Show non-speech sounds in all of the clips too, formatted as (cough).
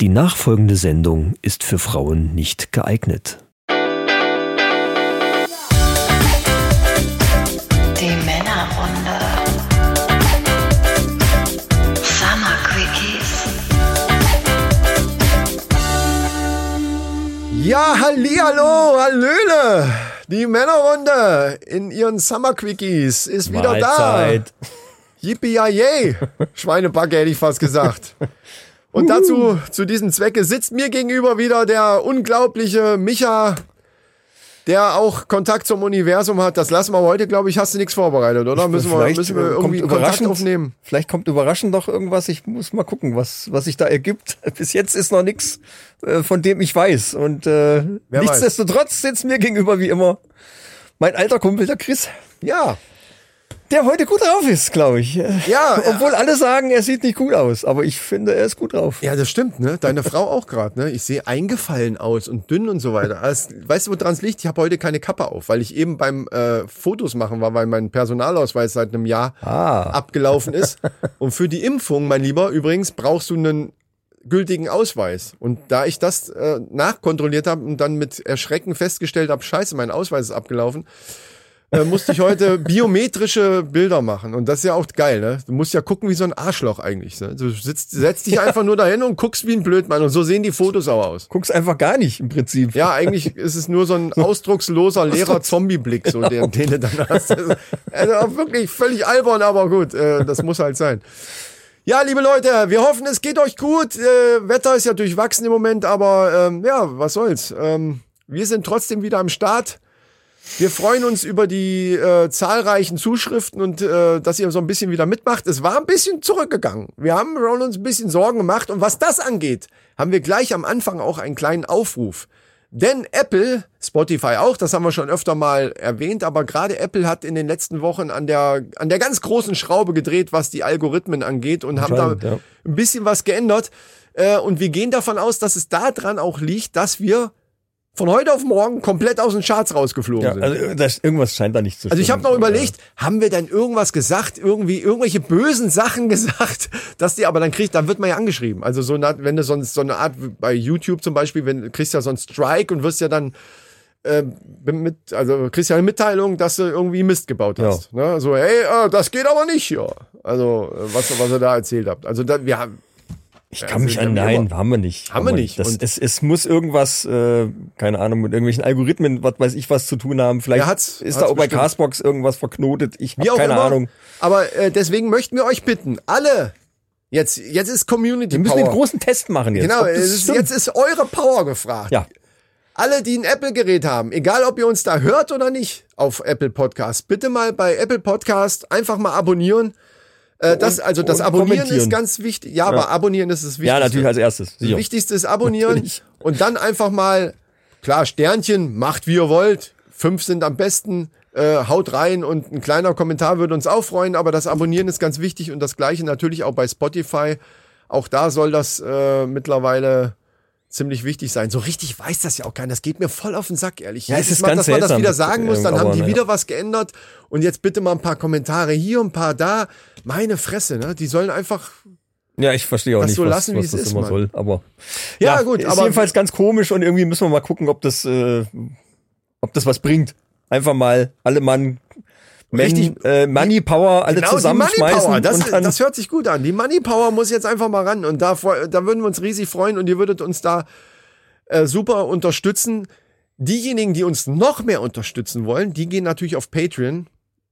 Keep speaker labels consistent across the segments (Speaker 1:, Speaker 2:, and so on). Speaker 1: Die nachfolgende Sendung ist für Frauen nicht geeignet.
Speaker 2: Die Männerrunde. Summer Quickies.
Speaker 3: Ja, hallihallo, hallöle! Die Männerrunde in ihren Summer Quickies ist wieder
Speaker 4: Mahlzeit.
Speaker 3: da.
Speaker 4: (laughs)
Speaker 3: Yippie Schweinebacke hätte ich fast gesagt. Und dazu, zu diesem Zwecke, sitzt mir gegenüber wieder der unglaubliche Micha, der auch Kontakt zum Universum hat. Das lassen wir heute, glaube ich, hast du nichts vorbereitet, oder? Müssen wir,
Speaker 4: Vielleicht,
Speaker 3: müssen
Speaker 4: äh,
Speaker 3: wir
Speaker 4: kommt
Speaker 3: irgendwie Kontakt
Speaker 4: überraschend.
Speaker 3: aufnehmen.
Speaker 4: Vielleicht kommt überraschend noch irgendwas. Ich muss mal gucken, was, was sich da ergibt. (laughs) Bis jetzt ist noch nichts, äh, von dem ich weiß. Und äh,
Speaker 3: Wer
Speaker 4: nichtsdestotrotz sitzt mir gegenüber wie immer mein alter Kumpel, der Chris,
Speaker 3: Ja,
Speaker 4: der heute gut drauf ist, glaube ich. (laughs)
Speaker 3: Ja,
Speaker 4: Obwohl alle sagen, er sieht nicht gut aus. Aber ich finde, er ist gut drauf.
Speaker 3: Ja, das stimmt, ne? Deine Frau auch gerade, ne? Ich sehe eingefallen aus und dünn und so weiter. Alles, weißt du, woran es liegt? Ich habe heute keine Kappe auf, weil ich eben beim äh, Fotos machen war, weil mein Personalausweis seit einem Jahr abgelaufen ist. Und für die Impfung, mein Lieber, übrigens, brauchst du einen gültigen Ausweis. Und da ich das äh, nachkontrolliert habe und dann mit Erschrecken festgestellt habe, scheiße, mein Ausweis ist abgelaufen, äh, musste ich heute biometrische Bilder machen. Und das ist ja auch geil, ne? Du musst ja gucken wie so ein Arschloch eigentlich. Ne? Du sitzt, setzt dich einfach nur dahin und guckst wie ein Blödmann. Und so sehen die Fotos auch aus.
Speaker 4: Guck's einfach gar nicht im Prinzip.
Speaker 3: Ja, eigentlich ist es nur so ein ausdrucksloser, leerer Zombie-Blick, so den, den du dann hast. Also auch wirklich völlig albern, aber gut, äh, das muss halt sein. Ja, liebe Leute, wir hoffen, es geht euch gut. Äh, Wetter ist ja durchwachsen im Moment, aber ähm, ja, was soll's. Ähm, wir sind trotzdem wieder am Start. Wir freuen uns über die äh, zahlreichen Zuschriften und äh, dass ihr so ein bisschen wieder mitmacht. Es war ein bisschen zurückgegangen. Wir haben schon uns ein bisschen Sorgen gemacht. Und was das angeht, haben wir gleich am Anfang auch einen kleinen Aufruf. Denn Apple, Spotify auch, das haben wir schon öfter mal erwähnt, aber gerade Apple hat in den letzten Wochen an der, an der ganz großen Schraube gedreht, was die Algorithmen angeht und haben da
Speaker 4: Anscheinend, ja.
Speaker 3: ein bisschen was geändert. Äh, und wir gehen davon aus, dass es daran auch liegt, dass wir von heute auf morgen komplett aus den Charts rausgeflogen
Speaker 4: Ja,
Speaker 3: sind.
Speaker 4: also das, irgendwas scheint da nicht zu
Speaker 3: Also ich habe
Speaker 4: stimmen.
Speaker 3: noch überlegt, haben wir denn irgendwas gesagt, irgendwie irgendwelche bösen Sachen (laughs) gesagt, dass die aber dann kriegt, dann wird man ja angeschrieben. Also so eine, Art- wenn du sonst so eine Art wie bei YouTube zum Beispiel, wenn du kriegst ja so einen Strike und wirst ja dann äh, mit, also kriegst ja eine Mitteilung, dass du irgendwie Mist gebaut hast. Ne? So hey, äh, das geht aber nicht hier. Also äh, was was ihr da erzählt habt. Also da, wir haben
Speaker 4: Ich kann mich
Speaker 3: Also,
Speaker 4: an.
Speaker 3: wir-
Speaker 4: Nein, haben wir nicht.
Speaker 3: Haben wir nicht.
Speaker 4: Das,
Speaker 3: Und-
Speaker 4: es, es muss irgendwas, äh, keine Ahnung, mit irgendwelchen Algorithmen, was weiß ich, was zu tun haben. Vielleicht
Speaker 3: Ja, hat's-
Speaker 4: ist
Speaker 3: hat's
Speaker 4: da auch bei
Speaker 3: bestimmt.
Speaker 4: Castbox irgendwas verknotet. Ich
Speaker 3: Wie
Speaker 4: habe
Speaker 3: auch
Speaker 4: keine
Speaker 3: immer.
Speaker 4: Ahnung.
Speaker 3: Aber äh, deswegen möchten wir euch bitten, alle jetzt jetzt ist Community
Speaker 4: Wir müssen
Speaker 3: Power.
Speaker 4: den großen Test machen jetzt.
Speaker 3: genau,
Speaker 4: Ob das
Speaker 3: es ist,
Speaker 4: stimmt.
Speaker 3: jetzt ist eure Power gefragt.
Speaker 4: Ja,
Speaker 3: Alle, die ein Apple-Gerät haben, egal ob ihr uns da hört oder nicht auf Apple Podcast, bitte mal bei Apple Podcast einfach mal abonnieren. Äh, das, also das
Speaker 4: und
Speaker 3: Abonnieren
Speaker 4: kommentieren.
Speaker 3: ist ganz wichtig. Ja, aber abonnieren ist das Wichtigste.
Speaker 4: ja natürlich also als
Speaker 3: Das
Speaker 4: erstes. Sicher.
Speaker 3: Wichtigste ist abonnieren
Speaker 4: Natürlich.
Speaker 3: und dann einfach mal, klar, Sternchen, macht wie ihr wollt. Fünf sind am besten. Äh, haut rein und ein kleiner Kommentar würde uns auch freuen, aber das Abonnieren ist ganz wichtig und das gleiche natürlich auch bei Spotify. Auch da soll das äh, mittlerweile ziemlich wichtig sein. So richtig weiß das ja auch keiner. Das geht mir voll auf den Sack, ehrlich.
Speaker 4: Ja, es
Speaker 3: Jedes
Speaker 4: ist
Speaker 3: Mal,
Speaker 4: ganz
Speaker 3: dass man das
Speaker 4: seltsam,
Speaker 3: wieder sagen muss, dann
Speaker 4: ähm,
Speaker 3: haben
Speaker 4: aber
Speaker 3: die
Speaker 4: naja.
Speaker 3: wieder was geändert und jetzt bitte mal ein paar Kommentare hier, ein paar da. Meine Fresse, ne? Die sollen einfach
Speaker 4: Ja, ich verstehe auch
Speaker 3: Das
Speaker 4: nicht,
Speaker 3: so
Speaker 4: was,
Speaker 3: lassen, wie
Speaker 4: was
Speaker 3: es
Speaker 4: das
Speaker 3: ist,
Speaker 4: immer
Speaker 3: Mann.
Speaker 4: soll. Aber
Speaker 3: Ja, gut,
Speaker 4: ist
Speaker 3: aber-
Speaker 4: jedenfalls ganz komisch und irgendwie müssen wir mal gucken, ob das, äh, ob das was bringt. Einfach mal alle Mann,
Speaker 3: Richtig.
Speaker 4: Men, äh, Money Power, alle
Speaker 3: Genau, die
Speaker 4: zusammenschmeißen
Speaker 3: Moneypower, das,
Speaker 4: und dann
Speaker 3: das hört sich gut an. Die Moneypower muss jetzt einfach mal ran und da, fre- da würden wir uns riesig freuen und ihr würdet uns da äh, super unterstützen. Diejenigen, die uns noch mehr unterstützen wollen, die gehen natürlich auf Patreon.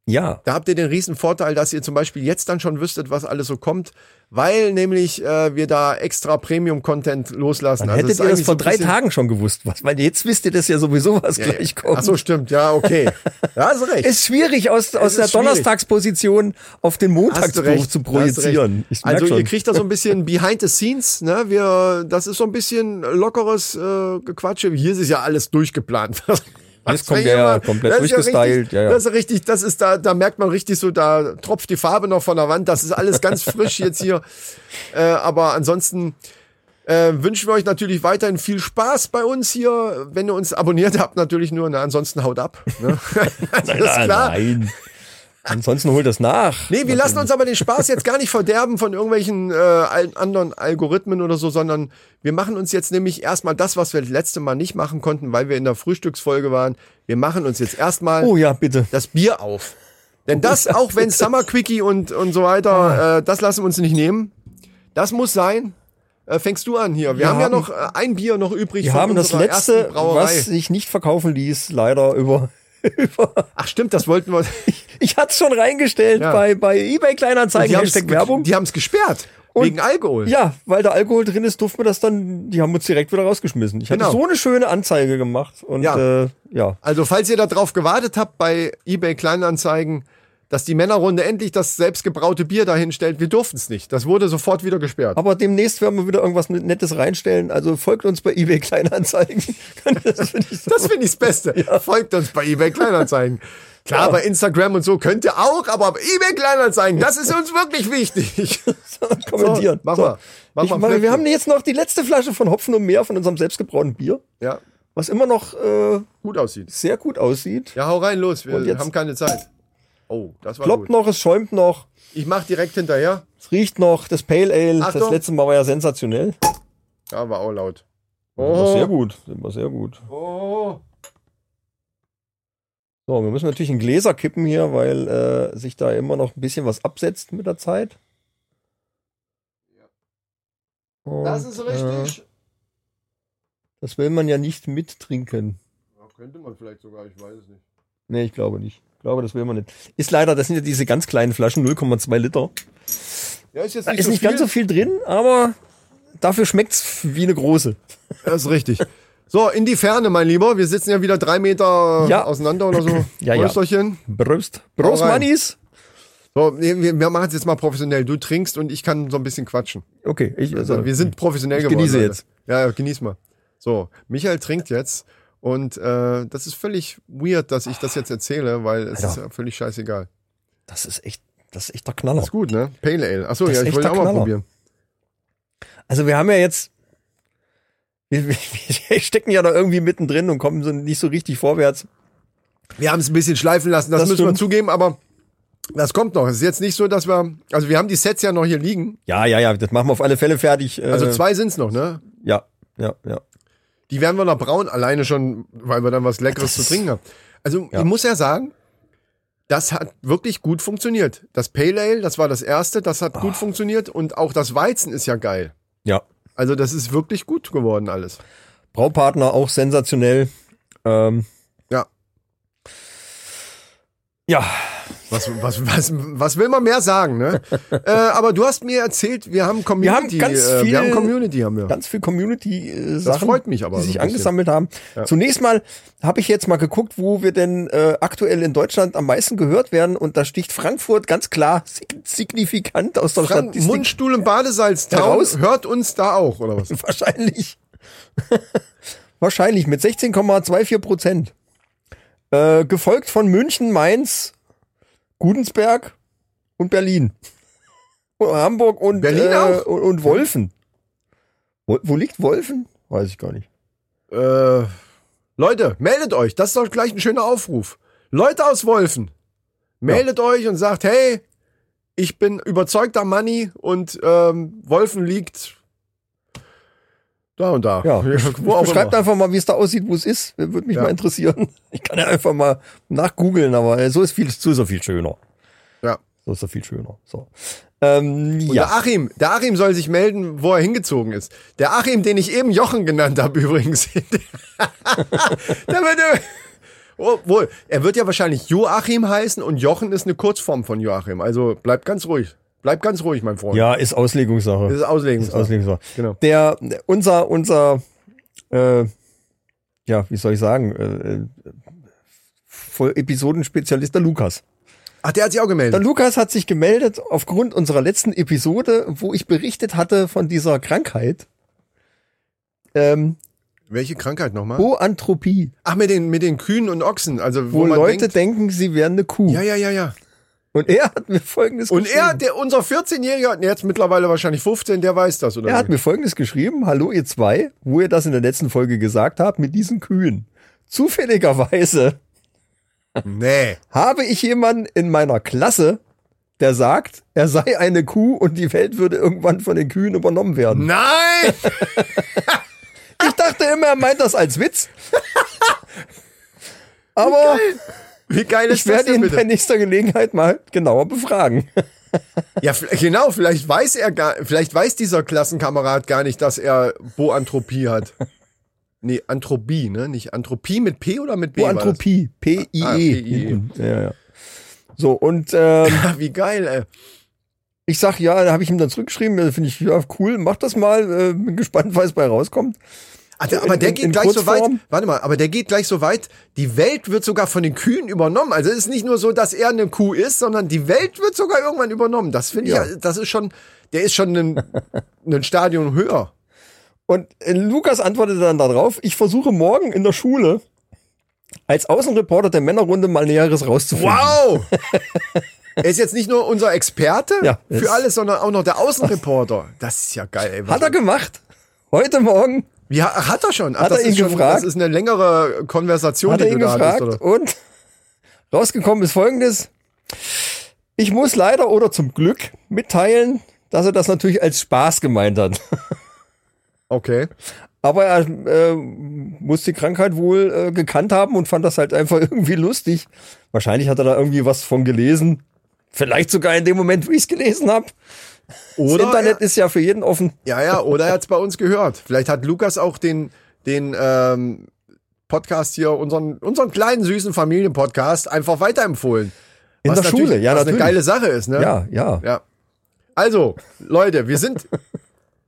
Speaker 4: ja.
Speaker 3: Da habt ihr den riesen Vorteil, dass ihr zum Beispiel jetzt dann schon wüsstet, was alles so kommt, weil nämlich äh, wir da extra Premium-Content loslassen.
Speaker 4: Dann
Speaker 3: Also
Speaker 4: hättet
Speaker 3: ist
Speaker 4: ihr das
Speaker 3: eigentlich
Speaker 4: vor
Speaker 3: so ein
Speaker 4: drei
Speaker 3: bisschen-
Speaker 4: Tagen schon gewusst, was, weil jetzt wisst ihr das ja sowieso, was gleich kommt.
Speaker 3: Ach so, stimmt. Ja, okay. Ja, hast recht.
Speaker 4: (laughs) ist schwierig, aus, aus
Speaker 3: ist
Speaker 4: der
Speaker 3: schwierig.
Speaker 4: Donnerstagsposition auf den
Speaker 3: Hast du
Speaker 4: Montagsbruch
Speaker 3: recht,
Speaker 4: zu
Speaker 3: hast du recht.
Speaker 4: projizieren. Ich merk
Speaker 3: also ihr
Speaker 4: schon.
Speaker 3: kriegt da so ein
Speaker 4: (laughs)
Speaker 3: bisschen Behind the Scenes. Ne? Wir, das ist so ein bisschen lockeres äh, Gequatsche. Hier ist es ja alles durchgeplant. (laughs) Das
Speaker 4: kommt
Speaker 3: wär
Speaker 4: ja
Speaker 3: immer-
Speaker 4: komplett
Speaker 3: das ist
Speaker 4: durchgestylt,
Speaker 3: richtig,
Speaker 4: ja, ja.
Speaker 3: Das ist richtig, das ist da, da merkt man richtig so, da tropft die Farbe noch von der Wand. Das ist alles
Speaker 4: (laughs)
Speaker 3: ganz frisch jetzt hier. Äh, aber ansonsten äh, wünschen wir euch natürlich weiterhin viel Spaß bei uns hier. Wenn (laughs)
Speaker 4: (laughs)
Speaker 3: ihr uns abonniert habt, natürlich nur. Na, ansonsten haut ab. Ne? das ist
Speaker 4: Ah,
Speaker 3: klar.
Speaker 4: Nein. Ansonsten holt das nach.
Speaker 3: Nee, wir lassen uns aber den Spaß jetzt gar nicht verderben von irgendwelchen äh, al- anderen Algorithmen oder so, sondern wir machen uns jetzt nämlich erstmal das, was wir das letzte Mal nicht machen konnten, weil wir in der Frühstücksfolge waren. Wir machen uns jetzt erstmal
Speaker 4: Oh ja, bitte.
Speaker 3: das Bier auf. Denn das, auch wenn Summer Quickie und, und so
Speaker 4: Ah.
Speaker 3: weiter, äh, das lassen wir uns nicht nehmen. Das muss sein. Äh, fängst du an hier. Wir
Speaker 4: Wir
Speaker 3: haben, ja
Speaker 4: haben-
Speaker 3: noch äh, ein Bier noch übrig.
Speaker 4: Wir
Speaker 3: von
Speaker 4: haben das
Speaker 3: unserer
Speaker 4: letzte,
Speaker 3: ersten Brauerei.
Speaker 4: was sich nicht verkaufen ließ, leider über. (laughs) über
Speaker 3: Ach stimmt, das wollten
Speaker 4: (laughs)
Speaker 3: wir.
Speaker 4: ich hatte es schon reingestellt
Speaker 3: Ja.
Speaker 4: bei, bei eBay Kleinanzeigen,
Speaker 3: haben's
Speaker 4: Hashtag
Speaker 3: ge-
Speaker 4: Werbung.
Speaker 3: Die haben es gesperrt.
Speaker 4: Und-
Speaker 3: wegen Alkohol.
Speaker 4: Ja, weil da Alkohol drin ist, durften wir das dann, die haben uns direkt wieder rausgeschmissen. Ich
Speaker 3: Genau.
Speaker 4: hatte so eine schöne Anzeige gemacht und
Speaker 3: Ja.
Speaker 4: ja. Äh, ja.
Speaker 3: Also, falls ihr darauf gewartet habt bei eBay Kleinanzeigen, dass die Männerrunde endlich das selbstgebraute Bier dahin stellt, wir durften es nicht. Das wurde sofort wieder gesperrt.
Speaker 4: Aber demnächst werden wir wieder irgendwas Nettes reinstellen. Also folgt uns bei eBay Kleinanzeigen. (laughs) das finde ich so.
Speaker 3: Das finde ich das
Speaker 4: (laughs)
Speaker 3: Beste. Folgt uns bei eBay Kleinanzeigen. Klar, bei Instagram und so könnt ihr auch, aber bei eBay Kleinanzeigen, das ist uns wirklich wichtig.
Speaker 4: (laughs) kommentieren.
Speaker 3: mach mal. Mach
Speaker 4: ich
Speaker 3: mal
Speaker 4: mache,
Speaker 3: Fläschchen.
Speaker 4: wir haben jetzt noch die letzte Flasche von Hopfen und Meer von unserem selbstgebrauten Bier,
Speaker 3: Ja,
Speaker 4: was immer noch äh,
Speaker 3: gut aussieht.
Speaker 4: sehr gut aussieht.
Speaker 3: Ja, hau rein, los. Wir
Speaker 4: Und jetzt-
Speaker 3: haben keine Zeit. Oh, das war
Speaker 4: Ploppt
Speaker 3: gut.
Speaker 4: noch, es schäumt noch,
Speaker 3: Ich mach direkt hinterher.
Speaker 4: es riecht noch. Das Pale Ale,
Speaker 3: Achtung.
Speaker 4: das letzte Mal war ja sensationell.
Speaker 3: Ja, war auch laut.
Speaker 4: War sehr
Speaker 3: Oh,
Speaker 4: gut, war sehr gut.
Speaker 3: oh.
Speaker 4: So, wir müssen natürlich in Gläser kippen hier, weil äh, sich da immer noch ein bisschen was absetzt mit der Zeit. Und,
Speaker 3: Das ist
Speaker 4: Äh,
Speaker 3: richtig.
Speaker 4: das will man ja nicht mittrinken.
Speaker 3: Ja, könnte man vielleicht sogar, ich weiß es nicht.
Speaker 4: Nee, ich glaube nicht. Ich glaube, das will man nicht. Ist leider, das sind ja diese ganz kleinen Flaschen, 0,2 Liter.
Speaker 3: Ja, ist jetzt
Speaker 4: Da
Speaker 3: nicht,
Speaker 4: ist
Speaker 3: so
Speaker 4: nicht
Speaker 3: viel.
Speaker 4: ganz so viel drin, aber dafür schmeckt's wie eine große.
Speaker 3: Das ist richtig. So, in die Ferne, mein Lieber. Wir sitzen ja wieder drei Meter
Speaker 4: Ja.
Speaker 3: auseinander oder so.
Speaker 4: (laughs) Ja, ja.
Speaker 3: Prösterchen.
Speaker 4: Prost. Prost,
Speaker 3: Hau rein.
Speaker 4: Mannis.
Speaker 3: So, nee, wir, wir machen es jetzt mal professionell. Du trinkst und ich kann so ein bisschen quatschen.
Speaker 4: Okay, ich,
Speaker 3: Also,
Speaker 4: also,
Speaker 3: wir sind professionell
Speaker 4: ich
Speaker 3: geworden.
Speaker 4: genieße
Speaker 3: Leute.
Speaker 4: jetzt.
Speaker 3: Ja, ja, genieß mal. So, Michael trinkt jetzt. Und äh, das ist völlig weird, dass ich das jetzt erzähle, weil es
Speaker 4: Alter.
Speaker 3: ist ja völlig scheißegal.
Speaker 4: das ist echt, das ist echt der Knaller.
Speaker 3: Ist gut, ne? Pale Ale. Achso,
Speaker 4: Oh. Das
Speaker 3: ja, ich
Speaker 4: ist echt
Speaker 3: wollte
Speaker 4: der
Speaker 3: auch mal
Speaker 4: Knaller.
Speaker 3: probieren.
Speaker 4: Also wir haben ja jetzt, wir, wir, wir stecken ja da irgendwie mittendrin und kommen so nicht so richtig vorwärts.
Speaker 3: Wir haben es ein bisschen schleifen lassen, das,
Speaker 4: Das
Speaker 3: müssen wir
Speaker 4: stimmt.
Speaker 3: zugeben, aber das kommt noch. Es ist jetzt nicht so, dass wir. Also wir haben die Sets ja noch hier liegen.
Speaker 4: Ja, ja, ja, das machen wir auf alle Fälle fertig. äh,
Speaker 3: Also zwei sind's noch, ne?
Speaker 4: Ja, ja, ja.
Speaker 3: Die werden wir noch braun, alleine schon, weil wir dann was Leckeres
Speaker 4: Das ist-
Speaker 3: zu trinken haben. Also
Speaker 4: Ja.
Speaker 3: ich muss ja sagen, das hat wirklich gut funktioniert. Das Pale Ale, das war das erste, das hat gut funktioniert und auch das Weizen ist ja geil.
Speaker 4: Ah. Ja.
Speaker 3: Also das ist wirklich gut geworden alles.
Speaker 4: Braupartner auch sensationell. Ähm,
Speaker 3: Ja.
Speaker 4: ja,
Speaker 3: Was, was, was, was will man mehr sagen,
Speaker 4: (laughs)
Speaker 3: ne? äh, aber du hast mir erzählt, wir haben Community.
Speaker 4: haben ganz
Speaker 3: äh,
Speaker 4: viel-
Speaker 3: wir haben Community, haben wir.
Speaker 4: ganz viel Community-Sachen,
Speaker 3: freut mich aber
Speaker 4: die
Speaker 3: so
Speaker 4: sich
Speaker 3: ein bisschen.
Speaker 4: angesammelt haben. Zunächst mal habe ich jetzt mal geguckt, wo wir denn äh, aktuell in Deutschland am meisten gehört werden und da sticht Frankfurt ganz klar sig signifikant aus der
Speaker 3: Frank,
Speaker 4: Statistik
Speaker 3: Mundstuhl und Badesalz
Speaker 4: Heraus.
Speaker 3: hört uns da auch, oder was?
Speaker 4: (laughs) Wahrscheinlich. Wahrscheinlich mit 16,24 Prozent. Äh, gefolgt von München, Mainz, Gudensberg und Berlin. Und Hamburg und,
Speaker 3: Berlin
Speaker 4: äh,
Speaker 3: auch?
Speaker 4: und, und Wolfen. Wo, wo liegt Wolfen? Weiß ich gar nicht.
Speaker 3: Äh, Leute, meldet euch. Das ist doch gleich ein schöner Aufruf. Leute aus Wolfen, meldet euch und sagt, hey, ich bin überzeugter Manni und ähm, Wolfen liegt da und da.
Speaker 4: Ja,
Speaker 3: wo auch
Speaker 4: Schreibt
Speaker 3: immer.
Speaker 4: einfach mal, wie es da aussieht, wo es ist. Würde mich
Speaker 3: Ja.
Speaker 4: mal interessieren. (laughs) Ich kann ja einfach mal nachgoogeln, aber äh, so ist viel, so ist er viel schöner.
Speaker 3: Ja.
Speaker 4: So ist er viel schöner. So. Ähm,
Speaker 3: Und
Speaker 4: ja.
Speaker 3: der Achim, der Achim soll sich melden, wo er hingezogen ist. Der Achim, den ich eben Jochen genannt habe (laughs) übrigens. der wird, äh, obwohl, er wird ja wahrscheinlich Joachim heißen und Jochen ist eine Kurzform von Joachim. Also bleibt ganz ruhig. Bleibt ganz ruhig, mein Freund.
Speaker 4: Ja, ist Auslegungssache.
Speaker 3: Das ist Auslegen.
Speaker 4: Ist Auslegungssache.
Speaker 3: Genau.
Speaker 4: Der, unser, unser, äh, ja, wie soll ich sagen, äh, äh, Voll- Episodenspezialist der Lukas.
Speaker 3: Ach, der hat sich auch
Speaker 4: Der
Speaker 3: gemeldet.
Speaker 4: Lukas hat sich gemeldet aufgrund unserer letzten Episode, wo ich berichtet hatte von dieser Krankheit. Ähm,
Speaker 3: Welche Krankheit nochmal?
Speaker 4: Boantropie,
Speaker 3: Ach, mit den, mit den Kühen und Ochsen. Also, wo,
Speaker 4: wo
Speaker 3: man
Speaker 4: Leute
Speaker 3: denkt,
Speaker 4: denken, sie wären eine Kuh.
Speaker 3: ja, ja, ja, ja.
Speaker 4: Und er hat mir folgendes
Speaker 3: Und
Speaker 4: geschrieben.
Speaker 3: er, der, unser 14-Jähriger, jetzt mittlerweile wahrscheinlich 15, der weiß das, oder?
Speaker 4: Er hat
Speaker 3: wie?
Speaker 4: mir folgendes geschrieben: Hallo, ihr zwei, wo ihr das in der letzten Folge gesagt habt, mit diesen Kühen. Zufälligerweise
Speaker 3: Nee.
Speaker 4: Habe ich jemanden in meiner Klasse, der sagt, er sei eine Kuh und die Welt würde irgendwann von den Kühen übernommen
Speaker 3: Hm.
Speaker 4: werden?
Speaker 3: Nein!
Speaker 4: Ich dachte immer, er meint das
Speaker 3: (laughs)
Speaker 4: als Witz. Aber
Speaker 3: Wie geil ist
Speaker 4: ich werde
Speaker 3: das denn
Speaker 4: ihn bei
Speaker 3: bitte?
Speaker 4: nächster Gelegenheit mal genauer befragen.
Speaker 3: Ja, vielleicht- genau, vielleicht weiß er gar, vielleicht weiß dieser Klassenkamerad gar nicht, dass er Boanthropie hat. Nee, Anthropie, ne? Nicht Anthropie mit P oder mit B? war das?
Speaker 4: Boanthropie,
Speaker 3: Ah,
Speaker 4: P-I-E.
Speaker 3: PIE.
Speaker 4: E. ja, ja. So, und ähm,
Speaker 3: Ah, Wie geil, ey.
Speaker 4: ich sag ja, da habe ich ihm dann zurückgeschrieben, äh, finde ich ja cool, mach das mal, äh, bin gespannt, was bei rauskommt.
Speaker 3: Ah, der, aber der
Speaker 4: in-
Speaker 3: geht
Speaker 4: in
Speaker 3: gleich so weit.
Speaker 4: Kurzform?
Speaker 3: Warte mal, aber der geht gleich so weit. Die Welt wird sogar von den Kühen übernommen. Also es ist nicht nur so, dass er eine Kuh ist, sondern die Welt wird sogar irgendwann übernommen. Das finde ich,
Speaker 4: Ja.
Speaker 3: ja- das ist schon, der ist schon (laughs) ein, ein Stadion höher.
Speaker 4: Und äh, Lukas antwortete dann darauf, ich versuche morgen in der Schule als Außenreporter der Männerrunde mal Näheres rauszufinden.
Speaker 3: Wow! er ist jetzt nicht nur unser Experte
Speaker 4: Ja,
Speaker 3: für
Speaker 4: jetzt-
Speaker 3: alles, sondern auch noch der Außenreporter. Das ist ja geil. Ey.
Speaker 4: Hat er gemacht. Heute Morgen
Speaker 3: Wie, ha- hat er schon? Ach,
Speaker 4: Hat er
Speaker 3: das
Speaker 4: ihn
Speaker 3: ist schon,
Speaker 4: gefragt?
Speaker 3: Das ist eine längere Konversation,
Speaker 4: hat er
Speaker 3: die
Speaker 4: ihn
Speaker 3: du da
Speaker 4: gefragt
Speaker 3: hattest. Oder?
Speaker 4: und rausgekommen ist folgendes. Ich muss leider oder zum Glück mitteilen, dass er das natürlich als Spaß gemeint hat. (laughs)
Speaker 3: Okay.
Speaker 4: Aber er äh, muss die Krankheit wohl äh, gekannt haben und fand das halt einfach (laughs) irgendwie lustig. Wahrscheinlich hat er da irgendwie was von gelesen. Vielleicht sogar in dem Moment, wo ich es gelesen habe. Das
Speaker 3: Oder
Speaker 4: Internet ist ja für jeden offen.
Speaker 3: Ja, ja, oder er hat's bei uns gehört. Vielleicht hat Lukas auch den, den ähm, Podcast hier, unseren, unseren kleinen süßen Familienpodcast, einfach weiterempfohlen.
Speaker 4: In der
Speaker 3: natürlich-
Speaker 4: Schule, ja,
Speaker 3: was
Speaker 4: natürlich.
Speaker 3: eine geile Sache ist, ne?
Speaker 4: Ja, ja.
Speaker 3: ja. Also, Leute, wir sind,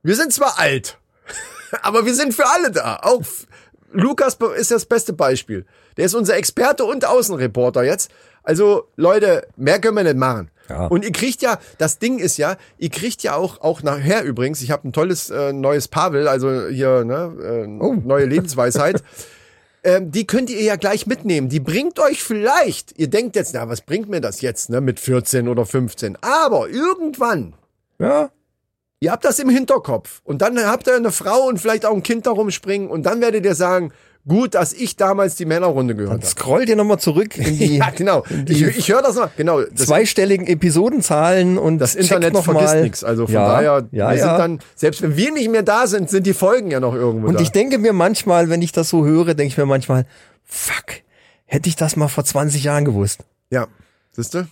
Speaker 3: wir sind zwar alt, (laughs) aber wir sind für alle da. Auch f- Lukas be- ist das beste Beispiel. Der ist unser Experte und Außenreporter jetzt. Also, Leute, mehr können wir nicht machen.
Speaker 4: Ja.
Speaker 3: Und ihr kriegt ja, das Ding ist ja, ihr kriegt ja auch, auch nachher übrigens, ich habe ein tolles äh, neues Pavel, also hier, ne, äh, neue Lebensweisheit. ähm, die könnt ihr ja gleich mitnehmen. Die bringt euch vielleicht, ihr denkt jetzt, na, was bringt mir das jetzt, ne, mit 14 oder 15. Aber irgendwann,
Speaker 4: Ja,
Speaker 3: ihr habt das im Hinterkopf und dann habt ihr eine Frau und vielleicht auch ein Kind da rumspringen und dann werdet ihr sagen, gut, dass ich damals die Männerrunde gehört habe.
Speaker 4: scroll dir nochmal zurück (laughs) in
Speaker 3: (laughs)
Speaker 4: die
Speaker 3: Ja, genau. Ich, ich höre das mal. Genau. Das,
Speaker 4: zweistelligen Episodenzahlen und
Speaker 3: das Internet
Speaker 4: noch
Speaker 3: vergisst
Speaker 4: mal.
Speaker 3: nichts. Also von
Speaker 4: ja,
Speaker 3: daher,
Speaker 4: ja,
Speaker 3: wir
Speaker 4: ja.
Speaker 3: sind dann, selbst wenn wir nicht mehr da sind, sind die Folgen ja noch irgendwo
Speaker 4: Und
Speaker 3: da.
Speaker 4: ich denke mir manchmal, wenn ich das so höre, denke ich mir manchmal, fuck, hätte ich das mal vor 20 Jahren gewusst.
Speaker 3: Ja, siehst du?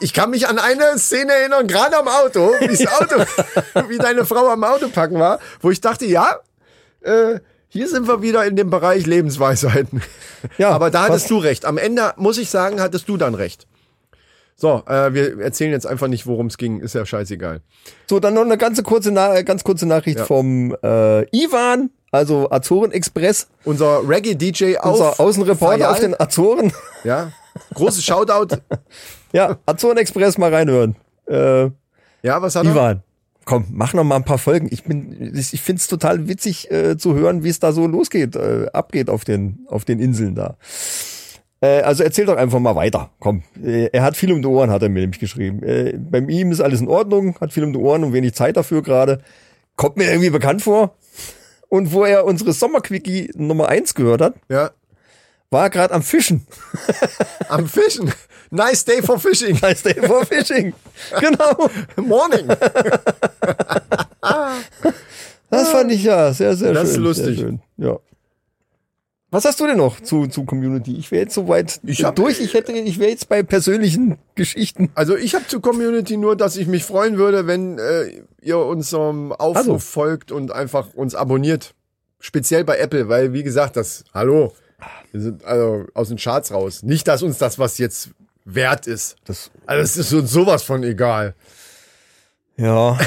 Speaker 3: Ich kann mich an eine Szene erinnern, gerade am Auto, wie das Auto,
Speaker 4: (laughs)
Speaker 3: wie deine Frau am Auto packen war, wo ich dachte, ja, äh, hier sind wir wieder in dem Bereich Lebensweisheiten.
Speaker 4: Ja,
Speaker 3: aber da
Speaker 4: was-
Speaker 3: hattest du recht. Am Ende muss ich sagen, hattest du dann recht. So, äh, wir erzählen jetzt einfach nicht, worum es ging. Ist ja scheißegal.
Speaker 4: So, dann noch eine ganze kurze, Na äh, ganz kurze Nachricht
Speaker 3: Ja.
Speaker 4: vom äh, Ivan, also Azoren Express,
Speaker 3: Unser Reggae-DJ auf
Speaker 4: unser Außenreporter
Speaker 3: Fayal,
Speaker 4: auf den Azoren. (laughs)
Speaker 3: Ja, großes Shoutout.
Speaker 4: ja, Azoren Express mal reinhören. Äh,
Speaker 3: Ja, was hat er?
Speaker 4: Ivan, komm, mach noch mal ein paar Folgen. Ich bin, ich find's total witzig äh, zu hören, wie es da so losgeht, äh, abgeht auf den, auf den Inseln da. Äh, also erzähl doch einfach mal weiter. Komm, äh, er hat viel um die Ohren, hat er mir nämlich geschrieben. Äh, bei ihm ist alles in Ordnung, hat viel um die Ohren und wenig Zeit dafür gerade. Kommt mir irgendwie bekannt vor. Und wo er unsere Sommerquickie Nummer eins gehört hat,
Speaker 3: Ja,
Speaker 4: war er gerade am Fischen. (laughs)
Speaker 3: am Fischen. Nice day for
Speaker 4: (laughs)
Speaker 3: fishing.
Speaker 4: Heißt er vor Fishing. Genau.
Speaker 3: Morning.
Speaker 4: Das fand ich ja sehr, sehr
Speaker 3: Das ist
Speaker 4: schön.
Speaker 3: lustig.
Speaker 4: Sehr schön. Ja. Was hast du denn noch zu, zu Community? Ich wäre jetzt soweit
Speaker 3: Ich hab-
Speaker 4: durch. Ich hätte, ich wäre jetzt bei persönlichen Geschichten.
Speaker 3: Also ich habe zur Community nur, dass ich mich freuen würde, wenn äh, ihr unserem Aufruf
Speaker 4: Also.
Speaker 3: folgt und einfach uns abonniert. Speziell bei Apple, weil wie gesagt, das Hallo, wir sind also aus den Charts raus. Nicht, dass uns das was jetzt wert ist.
Speaker 4: Das,
Speaker 3: Also es ist uns sowas von egal.
Speaker 4: ja.
Speaker 3: Also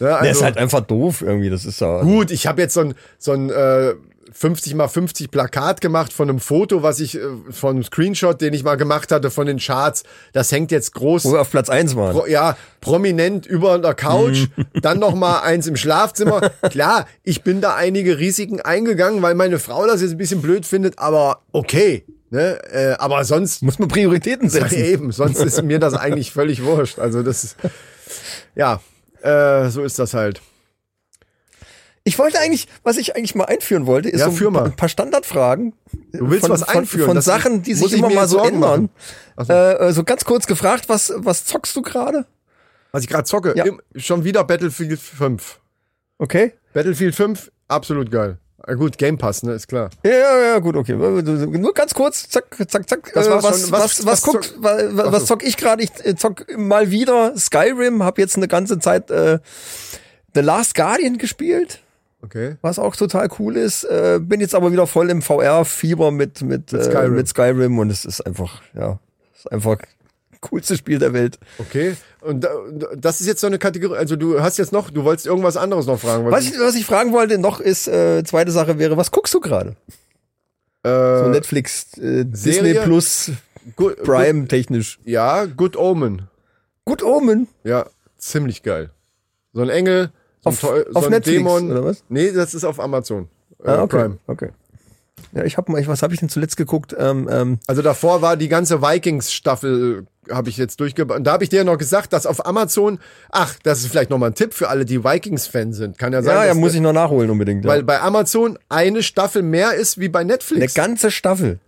Speaker 3: Ne,
Speaker 4: Der ist
Speaker 3: also,
Speaker 4: halt einfach doof irgendwie. Das ist ja.
Speaker 3: gut, ich habe jetzt so ein so ein äh, 50 mal 50 Plakat gemacht von einem Foto, was ich äh, von einem Screenshot, den ich mal gemacht hatte von den Charts. Das hängt jetzt groß
Speaker 4: Wo wir auf Platz eins waren.
Speaker 3: Pro, ja, prominent über der Couch,
Speaker 4: Mhm. (laughs)
Speaker 3: dann noch mal eins im Schlafzimmer. Klar, ich bin da einige Risiken eingegangen, weil meine Frau das jetzt ein bisschen blöd findet, aber okay. Ne? Äh, aber
Speaker 4: (laughs)
Speaker 3: sonst,
Speaker 4: Muss man Prioritäten setzen.
Speaker 3: (laughs) eben, sonst ist mir das eigentlich völlig wurscht. Also das ist, ja, äh, so ist das halt.
Speaker 4: Ich wollte eigentlich, was ich eigentlich mal einführen wollte, ist
Speaker 3: Ja,
Speaker 4: so
Speaker 3: führ
Speaker 4: ein, paar-
Speaker 3: mal.
Speaker 4: ein paar Standardfragen.
Speaker 3: Du willst
Speaker 4: von,
Speaker 3: was einführen,
Speaker 4: Von, von
Speaker 3: das
Speaker 4: Sachen, die
Speaker 3: muss
Speaker 4: sich
Speaker 3: ich
Speaker 4: immer
Speaker 3: mir
Speaker 4: mal
Speaker 3: jetzt
Speaker 4: so
Speaker 3: Sorgen
Speaker 4: ändern.
Speaker 3: Ach
Speaker 4: So. Äh, äh, so ganz kurz gefragt, was, was zockst du gerade?
Speaker 3: Was ich gerade zocke,
Speaker 4: Ja.
Speaker 3: im, schon wieder Battlefield 5.
Speaker 4: Okay.
Speaker 3: Battlefield 5, absolut geil. Ah, Gut, Game Pass, ne, ist klar.
Speaker 4: Ja, ja, ja, gut, okay. Nur ganz kurz, zack, zack, zack.
Speaker 3: Das
Speaker 4: äh,
Speaker 3: war's
Speaker 4: was,
Speaker 3: schon.
Speaker 4: was,
Speaker 3: Was-
Speaker 4: was,
Speaker 3: was
Speaker 4: guckt,
Speaker 3: zock-
Speaker 4: wa- wa- was zock ich gerade? Ich äh, zock mal wieder Skyrim, hab jetzt eine ganze Zeit äh, The Last Guardian gespielt,
Speaker 3: Okay.
Speaker 4: was auch total cool ist. Äh, bin jetzt aber wieder voll im VR-Fieber mit, mit, mit, Skyrim. Äh,
Speaker 3: Skyrim.
Speaker 4: mit Skyrim und es ist einfach, ja, ist einfach coolste Spiel der Welt.
Speaker 3: Okay. Und da- und das ist jetzt so eine Kategorie. Also du hast jetzt noch, du wolltest irgendwas anderes noch fragen. weil-
Speaker 4: Was ich, was ich fragen wollte noch ist, äh, zweite Sache wäre, was guckst du gerade? So
Speaker 3: äh,
Speaker 4: Netflix, äh,
Speaker 3: Serie? Äh,
Speaker 4: Disney Plus,
Speaker 3: Good-
Speaker 4: Prime technisch.
Speaker 3: Good, ja, Good Omen.
Speaker 4: Good Omen.
Speaker 3: Ja, ziemlich geil. So ein Engel, so ein,
Speaker 4: Auf-
Speaker 3: Teu- so
Speaker 4: auf
Speaker 3: ein
Speaker 4: Netflix,
Speaker 3: Dämon.
Speaker 4: oder was?
Speaker 3: Nee, das ist auf Amazon. Äh,
Speaker 4: Ah, okay.
Speaker 3: Prime.
Speaker 4: Okay. Ja, ich habe mal, ich, was habe ich denn zuletzt geguckt? Ähm, ähm,
Speaker 3: Also davor war die ganze Vikings-Staffel, habe ich jetzt durchgebracht. Und da habe ich dir ja noch gesagt, dass auf Amazon, ach, das ist vielleicht nochmal ein Tipp für alle, die Vikings-Fan sind. Kann ja sein,
Speaker 4: ja, ja,
Speaker 3: dass äh,
Speaker 4: muss ich noch nachholen unbedingt.
Speaker 3: weil
Speaker 4: ja.
Speaker 3: bei Amazon eine Staffel mehr ist wie bei
Speaker 4: Eine
Speaker 3: Netflix.
Speaker 4: ganze Staffel.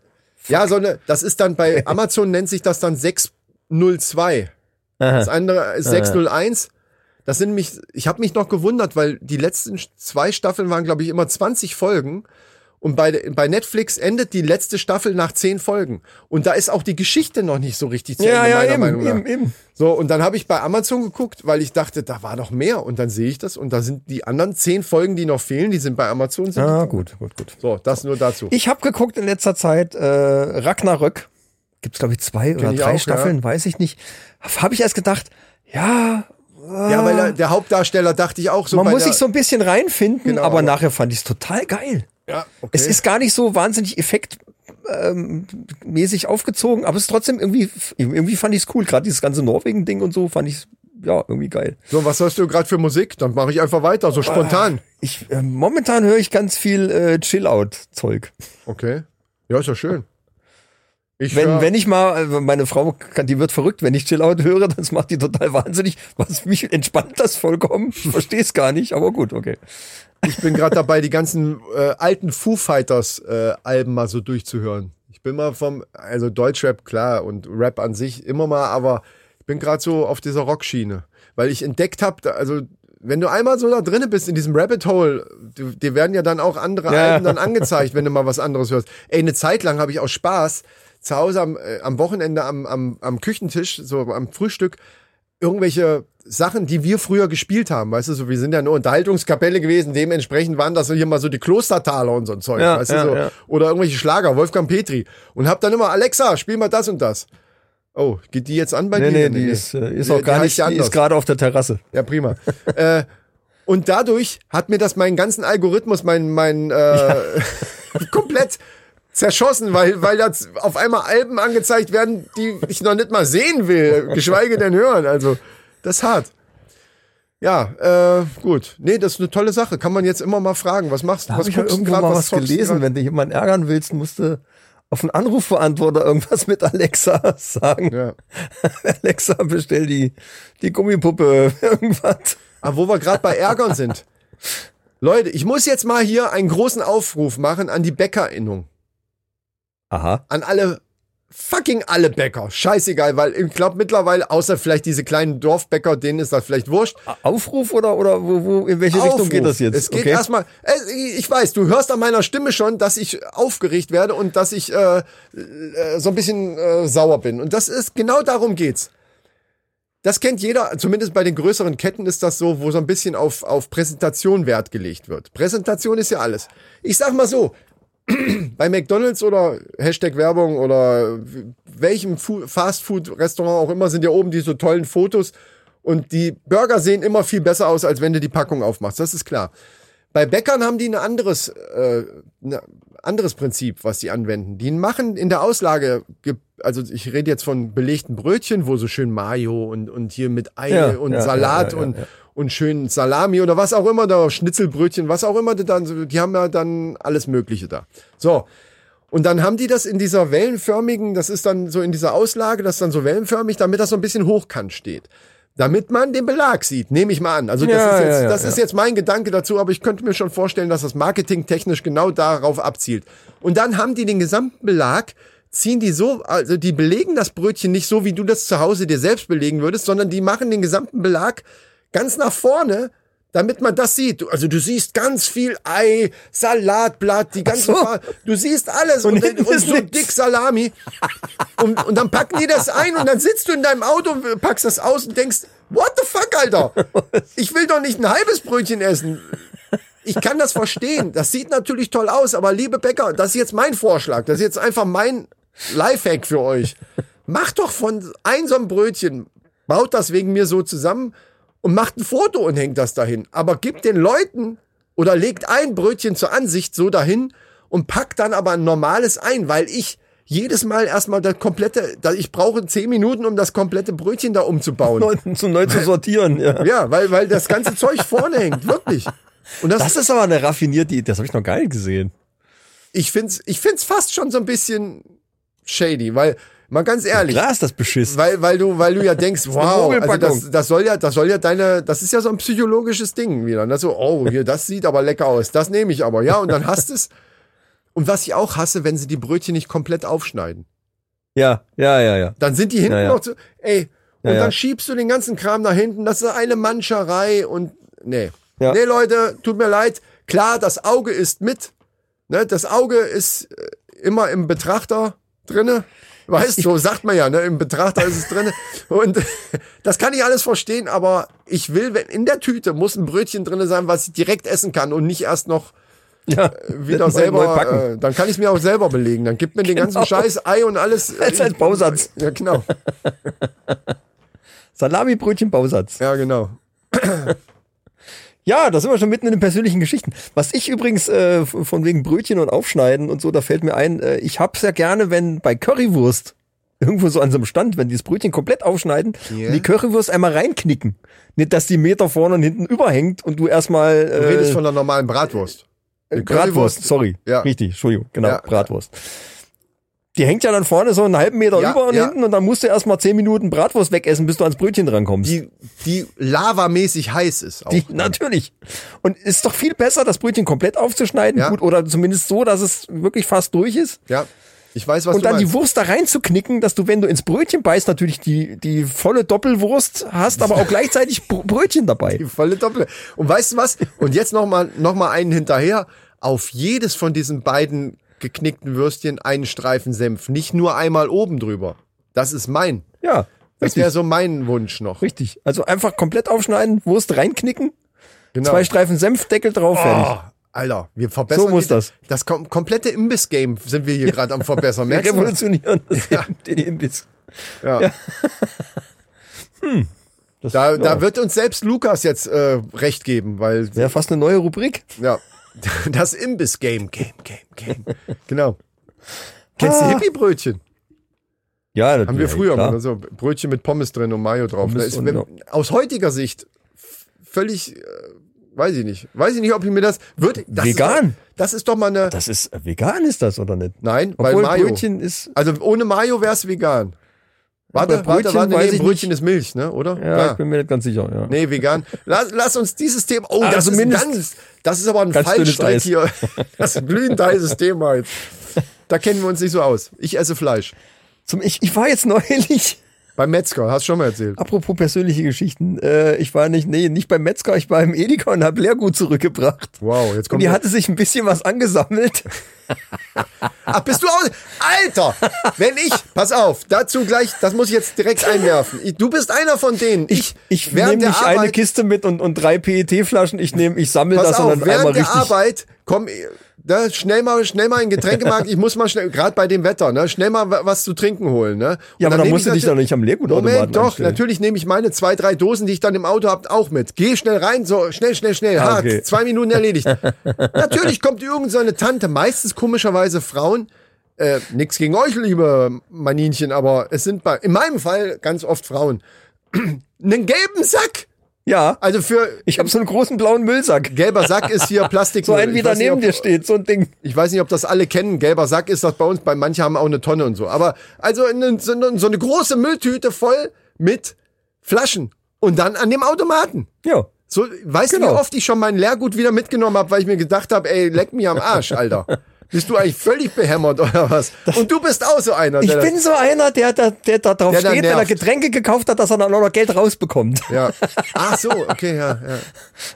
Speaker 3: ja, so eine, das ist dann bei Amazon nennt sich das dann 602. Das andere ist 601. Das sind mich, ich habe mich noch gewundert, weil die letzten zwei Staffeln waren, glaube ich, immer 20 Folgen. Und bei, bei Netflix endet die letzte Staffel nach 10 Folgen. Und da ist auch die Geschichte noch nicht so richtig zu
Speaker 4: Ja,
Speaker 3: Ende,
Speaker 4: ja,
Speaker 3: meiner
Speaker 4: eben,
Speaker 3: Meinung nach.
Speaker 4: eben, eben.
Speaker 3: So, und dann habe ich bei Amazon geguckt, weil ich dachte, da war noch mehr. Und dann sehe ich das. Und da sind die anderen 10 Folgen, die noch fehlen, die sind bei Amazon. Sind
Speaker 4: Ah, gut, gut, gut.
Speaker 3: So, das nur dazu.
Speaker 4: Ich habe geguckt in letzter Zeit äh, Ragnarök. Gibt's glaube ich zwei oder
Speaker 3: ich
Speaker 4: drei
Speaker 3: auch, ja.
Speaker 4: Staffeln, weiß ich nicht. Habe ich erst gedacht, ja,
Speaker 3: ja, weil der, der Hauptdarsteller dachte ich auch so.
Speaker 4: Ah. man
Speaker 3: bei
Speaker 4: muss
Speaker 3: der,
Speaker 4: sich so ein bisschen reinfinden,
Speaker 3: Genau,
Speaker 4: aber
Speaker 3: aber-
Speaker 4: nachher fand ich es total geil.
Speaker 3: Ja, okay.
Speaker 4: Es ist gar nicht so wahnsinnig effektmäßig aufgezogen, aber es ist trotzdem irgendwie, irgendwie fand ich es cool. Gerade dieses ganze Norwegen-Ding und so fand ich ja irgendwie geil.
Speaker 3: so, was hast du gerade für Musik? Dann mache ich einfach weiter, so spontan.
Speaker 4: Ich, äh, momentan höre ich ganz viel äh, Chill-Out-Zeug.
Speaker 3: Okay. Ja, ist ja schön. Ich
Speaker 4: Wenn,
Speaker 3: hör-
Speaker 4: wenn ich mal, äh, meine Frau, kann, die wird verrückt, wenn ich Chill-Out höre, das macht die total wahnsinnig. Was mich entspannt das vollkommen. Ich verstehe es gar nicht, aber gut, okay.
Speaker 3: ich bin gerade dabei, die ganzen äh, alten Foo Fighters äh, Alben mal so durchzuhören. Ich bin mal vom, also Deutschrap klar und Rap an sich immer mal, aber ich bin gerade so auf dieser Rockschiene, weil ich entdeckt habe, also wenn du einmal so da drinne bist in diesem Rabbit Hole, du, dir werden ja dann auch andere
Speaker 4: Ja.
Speaker 3: Alben dann angezeigt, wenn du mal was anderes hörst. Ey, eine Zeit lang habe ich aus Spaß zu Hause am, äh, am Wochenende am, am, am Küchentisch, so am Frühstück, irgendwelche Sachen, die wir früher gespielt haben, weißt du, so, wir sind ja nur Unterhaltungskapelle gewesen, dementsprechend waren das so hier mal so die Klostertaler und so ein Zeug,
Speaker 4: Ja,
Speaker 3: weißt
Speaker 4: ja,
Speaker 3: du, so.
Speaker 4: ja.
Speaker 3: oder irgendwelche Schlager, Wolfgang Petri und hab dann immer, Alexa, spiel mal das und das. Oh, geht die jetzt an bei
Speaker 4: Nee,
Speaker 3: dir?
Speaker 4: nee, die ist, äh, ist
Speaker 3: Die-
Speaker 4: auch
Speaker 3: die
Speaker 4: gar
Speaker 3: heißt
Speaker 4: nicht,
Speaker 3: ja
Speaker 4: die
Speaker 3: anders.
Speaker 4: ist gerade auf der Terrasse.
Speaker 3: Ja, prima. (laughs) äh, und dadurch hat mir das meinen ganzen Algorithmus, meinen mein, äh, (laughs) komplett zerschossen, weil, weil jetzt auf einmal Alben angezeigt werden, die ich noch nicht mal sehen will, geschweige denn hören. Also, das ist hart. Ja, äh, gut. Nee, das ist eine tolle Sache. Kann man jetzt immer mal fragen. Was machst
Speaker 4: Da
Speaker 3: was
Speaker 4: habe ich ja
Speaker 3: guckst du
Speaker 4: irgendwo
Speaker 3: grad,
Speaker 4: mal was
Speaker 3: zockst du
Speaker 4: gelesen,
Speaker 3: grad?
Speaker 4: wenn du jemanden ärgern willst, musst du auf einen Anrufbeantworter irgendwas mit Alexa (laughs) sagen.
Speaker 3: Ja.
Speaker 4: Alexa, bestell die, die Gummipuppe, (laughs) irgendwas.
Speaker 3: Aber Ah, wo wir gerade bei Ärgern sind. Leute, ich muss jetzt mal hier einen großen Aufruf machen an die Bäckerinnung.
Speaker 4: Aha.
Speaker 3: an alle fucking alle Bäcker. Scheißegal, weil ich glaube mittlerweile, außer vielleicht diese kleinen Dorfbäcker, denen ist das vielleicht wurscht.
Speaker 4: Aufruf oder, oder wo, wo, in welche Richtung
Speaker 3: Aufruf.
Speaker 4: geht das jetzt?
Speaker 3: Es geht erstmal, äh, ich weiß, du hörst an meiner Stimme schon, dass ich aufgeregt werde und dass ich äh, äh, so ein bisschen äh, sauer bin. Und das ist, genau darum geht's. Das kennt jeder, zumindest bei den größeren Ketten ist das so, wo so ein bisschen auf, auf Präsentation Wert gelegt wird. Präsentation ist ja alles. Ich sag mal so, bei McDonalds oder Hashtag Werbung oder welchem Fu- Fastfood-Restaurant auch immer sind ja oben diese tollen Fotos und die Burger sehen immer viel besser aus, als wenn du die Packung aufmachst. Das ist klar. Bei Bäckern haben die ein anderes, äh, ein anderes Prinzip, was die anwenden. Die machen in der Auslage, ge- also ich rede jetzt von belegten Brötchen, wo so schön Mayo und, und hier mit Ei
Speaker 4: Ja,
Speaker 3: und
Speaker 4: ja,
Speaker 3: Salat
Speaker 4: ja, ja,
Speaker 3: und und schön Salami oder was auch immer da, Schnitzelbrötchen, was auch immer da dann, so- die haben ja dann alles Mögliche da. So. Und dann haben die das in dieser wellenförmigen, das ist dann so in dieser Auslage, das ist dann so wellenförmig, damit das so ein bisschen hochkant steht. Damit man den Belag sieht, nehme ich mal an. Also das,
Speaker 4: Ja,
Speaker 3: ist, jetzt,
Speaker 4: ja, ja,
Speaker 3: das
Speaker 4: ja.
Speaker 3: ist jetzt mein Gedanke dazu, aber ich könnte mir schon vorstellen, dass das marketingtechnisch genau darauf abzielt. Und dann haben die den gesamten Belag, ziehen die so, also die belegen das Brötchen nicht so, wie du das zu Hause dir selbst belegen würdest, sondern die machen den gesamten Belag ganz nach vorne, damit man das sieht. Du- Also du siehst ganz viel Ei, Salatblatt, die ganze
Speaker 4: so.
Speaker 3: Farbe. Du siehst alles und, dann-
Speaker 4: hinten
Speaker 3: und
Speaker 4: ist
Speaker 3: so
Speaker 4: nix.
Speaker 3: dick Salami. Und, und dann packen die das ein und dann sitzt du in deinem Auto, packst das aus und denkst, what the fuck, Alter? Ich will doch nicht ein halbes Brötchen essen. Ich kann das verstehen. Das sieht natürlich toll aus, aber liebe Bäcker, das ist jetzt mein Vorschlag. Das ist jetzt einfach mein Lifehack für euch. Macht doch von einem so einem Brötchen, baut das wegen mir so zusammen und macht ein Foto und hängt das dahin. Aber gebt den Leuten oder legt ein Brötchen zur Ansicht so dahin und packt dann aber ein normales ein, weil ich jedes Mal erstmal das komplette, da- ich brauche zehn Minuten, um das komplette Brötchen da umzubauen.
Speaker 4: (laughs) Neu, zu neu zu sortieren. Ja.
Speaker 3: Ja, weil, weil das ganze Zeug vorne hängt, wirklich. Und das,
Speaker 4: Das ist aber eine raffinierte Idee. Das habe ich noch gar nicht gesehen.
Speaker 3: ich find's, ich find's fast schon so ein bisschen shady, weil, mal ganz ehrlich,
Speaker 4: Klar ist das beschissen.
Speaker 3: weil, weil du, weil du ja
Speaker 4: (laughs)
Speaker 3: denkst, wow, also
Speaker 4: Mogelpackung.
Speaker 3: das, das soll ja, das soll ja deine, das ist ja so ein psychologisches Ding wieder. Ne? So, oh, hier, das sieht aber lecker aus, das nehme ich aber, ja, und dann hast es. Und was ich auch hasse, wenn sie die Brötchen nicht komplett aufschneiden.
Speaker 4: Ja, ja, ja, ja.
Speaker 3: Dann sind die hinten
Speaker 4: Ja, ja.
Speaker 3: noch zu, ey, und
Speaker 4: Ja, ja.
Speaker 3: dann schiebst du den ganzen Kram nach hinten, das ist eine Manscherei und, nee.
Speaker 4: Ja.
Speaker 3: Nee, Leute, tut mir leid. Klar, das Auge ist mit, ne, das Auge ist äh, immer im Betrachter drinne. Weißt du, so sagt man ja, ne, im Betrachter ist es drinne. Und (laughs) das kann ich alles verstehen, aber ich will, wenn in der Tüte muss ein Brötchen drinne sein, was ich direkt essen kann und nicht erst noch äh,
Speaker 4: ja.
Speaker 3: wieder
Speaker 4: Neu- neu
Speaker 3: selber,
Speaker 4: packen.
Speaker 3: äh, dann kann ich es mir auch selber belegen. Dann gibt mir den ganzen
Speaker 4: Genau.
Speaker 3: Scheiß Ei und alles.
Speaker 4: (laughs) Als- als Bausatz.
Speaker 3: Ja, genau.
Speaker 4: Salami-Brötchen, Bausatz.
Speaker 3: Ja, genau.
Speaker 4: Ja, da sind wir schon mitten in den persönlichen Geschichten. Was ich übrigens äh, von wegen Brötchen und Aufschneiden und so, da fällt mir ein, äh, ich hab's ja gerne, wenn bei Currywurst irgendwo so an so einem Stand, wenn die das Brötchen komplett aufschneiden
Speaker 3: Ja.
Speaker 4: und die Currywurst einmal reinknicken. Nicht, dass die Meter vorne und hinten überhängt und du erstmal
Speaker 3: Du redest
Speaker 4: äh,
Speaker 3: von der normalen Bratwurst. Eine
Speaker 4: Bratwurst, sorry.
Speaker 3: Ja.
Speaker 4: Richtig, Entschuldigung, genau,
Speaker 3: Ja.
Speaker 4: Bratwurst. Die hängt ja dann vorne so einen halben Meter
Speaker 3: Ja,
Speaker 4: über und
Speaker 3: ja.
Speaker 4: hinten und dann musst du erstmal zehn Minuten Bratwurst wegessen, bis du ans Brötchen drankommst.
Speaker 3: Die, die lavamäßig heiß ist auch.
Speaker 4: Die, natürlich. Und ist doch viel besser, das Brötchen komplett aufzuschneiden,
Speaker 3: Ja.
Speaker 4: gut, oder zumindest so, dass es wirklich fast durch ist.
Speaker 3: ja. Ich weiß, was
Speaker 4: und
Speaker 3: du
Speaker 4: dann
Speaker 3: meinst.
Speaker 4: die Wurst da reinzuknicken, dass du, wenn du ins Brötchen beißt, natürlich die, die volle Doppelwurst hast, aber auch gleichzeitig Br- Brötchen dabei.
Speaker 3: Die volle Doppel. Und weißt du was? Und jetzt nochmal noch mal einen hinterher. Auf jedes von diesen beiden geknickten Würstchen einen Streifen Senf. Nicht nur einmal oben drüber. Das ist mein.
Speaker 4: Ja,
Speaker 3: Das wäre so mein Wunsch noch.
Speaker 4: richtig. Also einfach komplett aufschneiden, Wurst reinknicken,
Speaker 3: Genau.
Speaker 4: zwei Streifen Senfdeckel drauf, fertig.
Speaker 3: Ah, Alter, wir verbessern
Speaker 4: So muss
Speaker 3: die-
Speaker 4: das.
Speaker 3: Das kom komplette Imbiss-Game sind wir hier gerade am
Speaker 4: (laughs)
Speaker 3: verbessern.
Speaker 4: Wir
Speaker 3: Merkst du? das?
Speaker 4: revolutionieren das
Speaker 3: (laughs)
Speaker 4: den Imbiss.
Speaker 3: Ja.
Speaker 4: Das,
Speaker 3: Da,
Speaker 4: ja.
Speaker 3: da wird uns selbst Lukas jetzt äh, recht geben, weil
Speaker 4: wäre fast eine neue Rubrik.
Speaker 3: Ja. (laughs) Das Imbiss-Game. Game, Game, Game. Genau. Kennst du
Speaker 4: Ah.
Speaker 3: Hippie-Brötchen?
Speaker 4: Ja,
Speaker 3: Haben wir früher mal so Brötchen mit Pommes drin und Mayo drauf. Da
Speaker 4: Pommes
Speaker 3: ist,
Speaker 4: und-
Speaker 3: wenn, aus heutiger Sicht f- völlig, äh, weiß ich nicht. Weiß ich nicht, ob ich mir das. Wird, das
Speaker 4: Vegan.
Speaker 3: Ist, doch- das ist doch mal eine.
Speaker 4: Das ist äh, vegan ist das oder nicht?
Speaker 3: Nein, weil
Speaker 4: Obwohl
Speaker 3: Mayo.
Speaker 4: Brötchen ist
Speaker 3: Also ohne Mayo wär's vegan. Warte,
Speaker 4: bei
Speaker 3: warte,
Speaker 4: Brötchen
Speaker 3: warte,
Speaker 4: weiß
Speaker 3: nee,
Speaker 4: ich
Speaker 3: Brötchen ist Milch, ne? Oder?
Speaker 4: Ja, ich bin mir nicht ganz sicher. Ja.
Speaker 3: Nee, vegan. Lass, lass uns dieses Thema. Oh, das
Speaker 4: Also
Speaker 3: ist
Speaker 4: mindestens-
Speaker 3: ganz, das ist aber ein
Speaker 4: Ganz dünnes
Speaker 3: Fallstrick
Speaker 4: Eis.
Speaker 3: hier. Das ist ein glühend heißes Thema jetzt. Da kennen wir uns nicht so aus. Ich esse Fleisch.
Speaker 4: Zum, ich, ich war jetzt (laughs) neulich,
Speaker 3: Beim Metzger, hast du schon mal erzählt.
Speaker 4: apropos persönliche Geschichten, äh, ich war nicht, nee, nicht beim Metzger, ich war im Edeka und habe Leergut zurückgebracht.
Speaker 3: Wow, jetzt
Speaker 4: Und
Speaker 3: kommt.
Speaker 4: die hatte sich ein bisschen
Speaker 3: (laughs)
Speaker 4: was angesammelt.
Speaker 3: Ach, Ah, bist du aus? Alter! Wenn ich, pass auf, dazu gleich, das muss ich jetzt direkt einwerfen. Ich, du bist einer von denen. Ich,
Speaker 4: Ich nehme nicht eine Kiste mit und, und drei PET-Flaschen. Ich nehme, ich sammle
Speaker 3: Pass
Speaker 4: das
Speaker 3: auf,
Speaker 4: und dann einmal
Speaker 3: während der
Speaker 4: richtig.
Speaker 3: Arbeit, komm, da, schnell mal, schnell mal in den Getränkemarkt, ich muss mal schnell, gerade bei dem Wetter, ne, schnell mal wa- was zu trinken holen, ne.
Speaker 4: ja,
Speaker 3: Und
Speaker 4: aber
Speaker 3: nehm
Speaker 4: dann
Speaker 3: ich
Speaker 4: musst du
Speaker 3: natürlich-
Speaker 4: dich doch nicht am Leergutautomaten
Speaker 3: Moment, doch,
Speaker 4: anstellen.
Speaker 3: natürlich nehme ich meine zwei, drei Dosen, die ich dann im Auto habe, auch mit. Geh schnell rein, so schnell, schnell, schnell,
Speaker 4: Ah,
Speaker 3: hart,
Speaker 4: okay.
Speaker 3: zwei Minuten
Speaker 4: (laughs)
Speaker 3: erledigt. natürlich kommt irgendeine so eine Tante, meistens komischerweise Frauen, äh, nix gegen euch, liebe Maninchen, aber es sind bei, in meinem Fall ganz oft Frauen, (clears throat) einen gelben Sack.
Speaker 4: Ja,
Speaker 3: Also für
Speaker 4: ich habe so einen großen blauen Müllsack.
Speaker 3: gelber Sack ist hier Plastik.
Speaker 4: (laughs) So einen, wie
Speaker 3: Ich
Speaker 4: da
Speaker 3: weiß nicht,
Speaker 4: neben
Speaker 3: ob-
Speaker 4: dir steht, so ein Ding.
Speaker 3: ich weiß nicht, ob das alle kennen. Gelber Sack ist das bei uns, bei manche haben auch eine Tonne und so. Aber also in, in, so, so eine große Mülltüte voll mit Flaschen. Und dann an dem Automaten.
Speaker 4: Ja.
Speaker 3: So, weißt du,
Speaker 4: Genau.
Speaker 3: wie oft ich schon mein Lehrgut wieder mitgenommen habe, weil ich mir gedacht habe, ey, leck mich am Arsch,
Speaker 4: (laughs)
Speaker 3: Alter. Bist du eigentlich völlig behämmert oder was? Und du bist auch so einer.
Speaker 4: Ich
Speaker 3: der das-
Speaker 4: bin so einer, der, der, der da drauf
Speaker 3: Der da
Speaker 4: steht, wenn er
Speaker 3: nervt.
Speaker 4: Getränke gekauft hat, dass er dann auch noch Geld rausbekommt.
Speaker 3: Ja. Ach so, okay, ja, ja.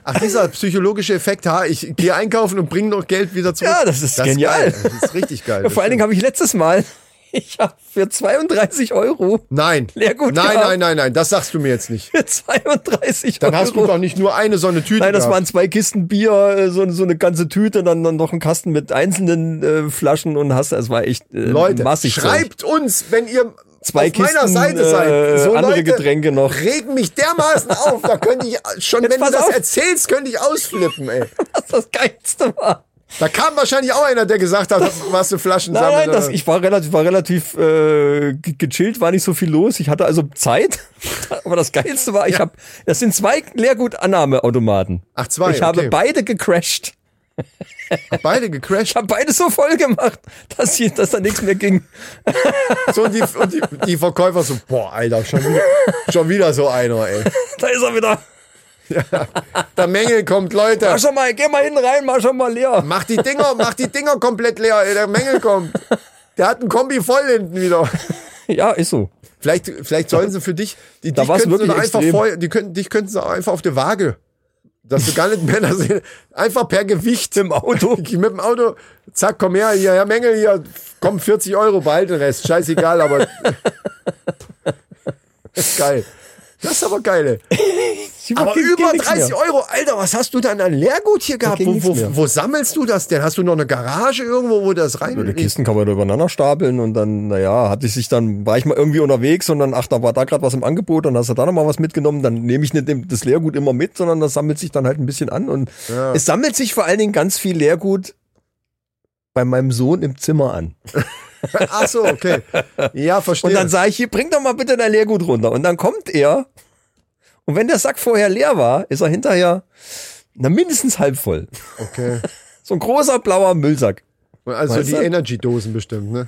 Speaker 3: Ach, dieser psychologische Effekt, ha, ich gehe einkaufen und bringe noch Geld wieder zurück.
Speaker 4: Ja, das ist genial.
Speaker 3: geil. Das ist richtig geil.
Speaker 4: Vor allen Dingen habe ich letztes Mal, (laughs) ich habe für 32 Euro,
Speaker 3: Nein.
Speaker 4: Lehrgut
Speaker 3: nein,
Speaker 4: gehabt.
Speaker 3: nein, nein, nein, das sagst du mir jetzt nicht.
Speaker 4: für 32
Speaker 3: Dann
Speaker 4: Euro.
Speaker 3: hast
Speaker 4: (laughs)
Speaker 3: du doch nicht nur eine so eine Tüte.
Speaker 4: Nein, das
Speaker 3: gehabt.
Speaker 4: waren zwei Kisten Bier, äh, so, so eine ganze Tüte, dann, dann noch ein Kasten mit einzelnen äh, Flaschen und hast, es war echt äh,
Speaker 3: Leute,
Speaker 4: massig.
Speaker 3: schreibt uns, wenn ihr
Speaker 4: Zwei
Speaker 3: auf meiner
Speaker 4: Kisten,
Speaker 3: Seite seid.
Speaker 4: äh, andere Getränke noch.
Speaker 3: Regen mich dermaßen auf, da könnte
Speaker 4: (laughs)
Speaker 3: ich schon,
Speaker 4: Jetzt
Speaker 3: wenn du
Speaker 4: pass
Speaker 3: das
Speaker 4: auf.
Speaker 3: erzählst, könnte ich ausflippen, ey.
Speaker 4: Was (laughs) das Geilste war.
Speaker 3: Da kam wahrscheinlich auch einer, der gesagt hat, was du Flaschen
Speaker 4: Nein,
Speaker 3: sammeln
Speaker 4: nein, das,
Speaker 3: oder-
Speaker 4: ich war relativ, war relativ äh, ge- gechillt, war nicht so viel los. Ich hatte also Zeit. (laughs) Aber das Geilste war, ich habe, das sind zwei Leergutannahmeautomaten.
Speaker 3: Ach, zwei,
Speaker 4: Ich habe
Speaker 3: okay.
Speaker 4: beide gecrashed.
Speaker 3: beide gecrashed.
Speaker 4: Ich habe beide so voll gemacht, (laughs) dass, ich, dass da nichts mehr ging.
Speaker 3: So, und die, und die, die Verkäufer so, boah, Alter, schon wieder, schon wieder so einer, ey.
Speaker 4: Da ist er wieder.
Speaker 3: Der Mängel kommt, Leute.
Speaker 4: Mach schon mal, geh mal hinten rein, mach schon mal leer.
Speaker 3: Mach die Dinger, mach die Dinger komplett leer, ey. Der Mängel kommt. Der hat einen Kombi voll hinten wieder.
Speaker 4: Ja, ist so.
Speaker 3: Vielleicht, vielleicht sollen sie für dich, die,
Speaker 4: Da
Speaker 3: dich
Speaker 4: war's
Speaker 3: könnten sie
Speaker 4: wirklich
Speaker 3: doch einfach
Speaker 4: extrem.
Speaker 3: vorher, die könnten, dich könnten sie auch einfach auf die Waage, dass du gar nicht Männer sehen, einfach per Gewicht
Speaker 4: Im Auto.
Speaker 3: Ich (laughs) mit dem Auto, zack, komm her, hier, Herr Mengel, hier, komm, 40 Euro, behalte den Rest, scheißegal,
Speaker 4: (laughs)
Speaker 3: aber ist geil. Das ist aber geil. ey. Aber
Speaker 4: Ging- ging
Speaker 3: über
Speaker 4: nix
Speaker 3: 30
Speaker 4: mehr.
Speaker 3: Euro, Alter, was hast du dann an Leergut hier gehabt?
Speaker 4: ging
Speaker 3: Wo,
Speaker 4: nix
Speaker 3: wo,
Speaker 4: mehr.
Speaker 3: wo sammelst du das denn? Hast du noch eine Garage irgendwo, wo das rein?
Speaker 4: Die Kisten kann man da übereinander stapeln und dann, naja, hatte ich sich dann, war ich mal irgendwie unterwegs und dann, ach, da war da gerade was im Angebot, dann hast du da nochmal was mitgenommen, dann nehme ich nicht dem- das Leergut immer mit, sondern das sammelt sich dann halt ein bisschen an und es sammelt sich vor allen Dingen ganz viel Leergut bei meinem Sohn im Zimmer an.
Speaker 3: (laughs) Ach so, okay. Ja, verstehe.
Speaker 4: Und dann sage ich, hier, bring doch mal bitte dein Leergut runter. Und dann kommt er und wenn der Sack vorher leer war, ist er hinterher, na, mindestens halb voll.
Speaker 3: okay.
Speaker 4: So ein großer blauer Müllsack.
Speaker 3: Also
Speaker 4: Weißt
Speaker 3: die
Speaker 4: du?
Speaker 3: Energy-Dosen bestimmt, ne?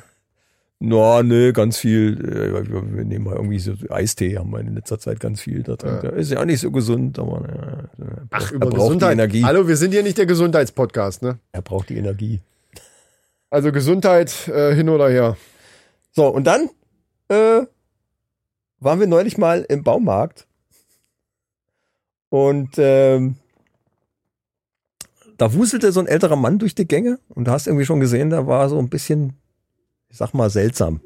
Speaker 4: Na, ne, ganz viel. äh, Wir wir nehmen mal irgendwie so Eistee, haben wir in letzter Zeit ganz viel. Da trinkt er. Ist ja auch nicht so gesund, aber naja, er
Speaker 3: Ach,
Speaker 4: er braucht die Energie.
Speaker 3: Hallo, wir sind hier nicht der Gesundheitspodcast, ne?
Speaker 4: Er braucht die Energie.
Speaker 3: Also Gesundheit äh, hin oder her.
Speaker 4: So, und dann äh, waren wir neulich mal im Baumarkt. Und ähm, da wuselte so ein älterer Mann durch die Gänge. Und du hast irgendwie schon gesehen, da war so ein bisschen, ich sag mal, seltsam.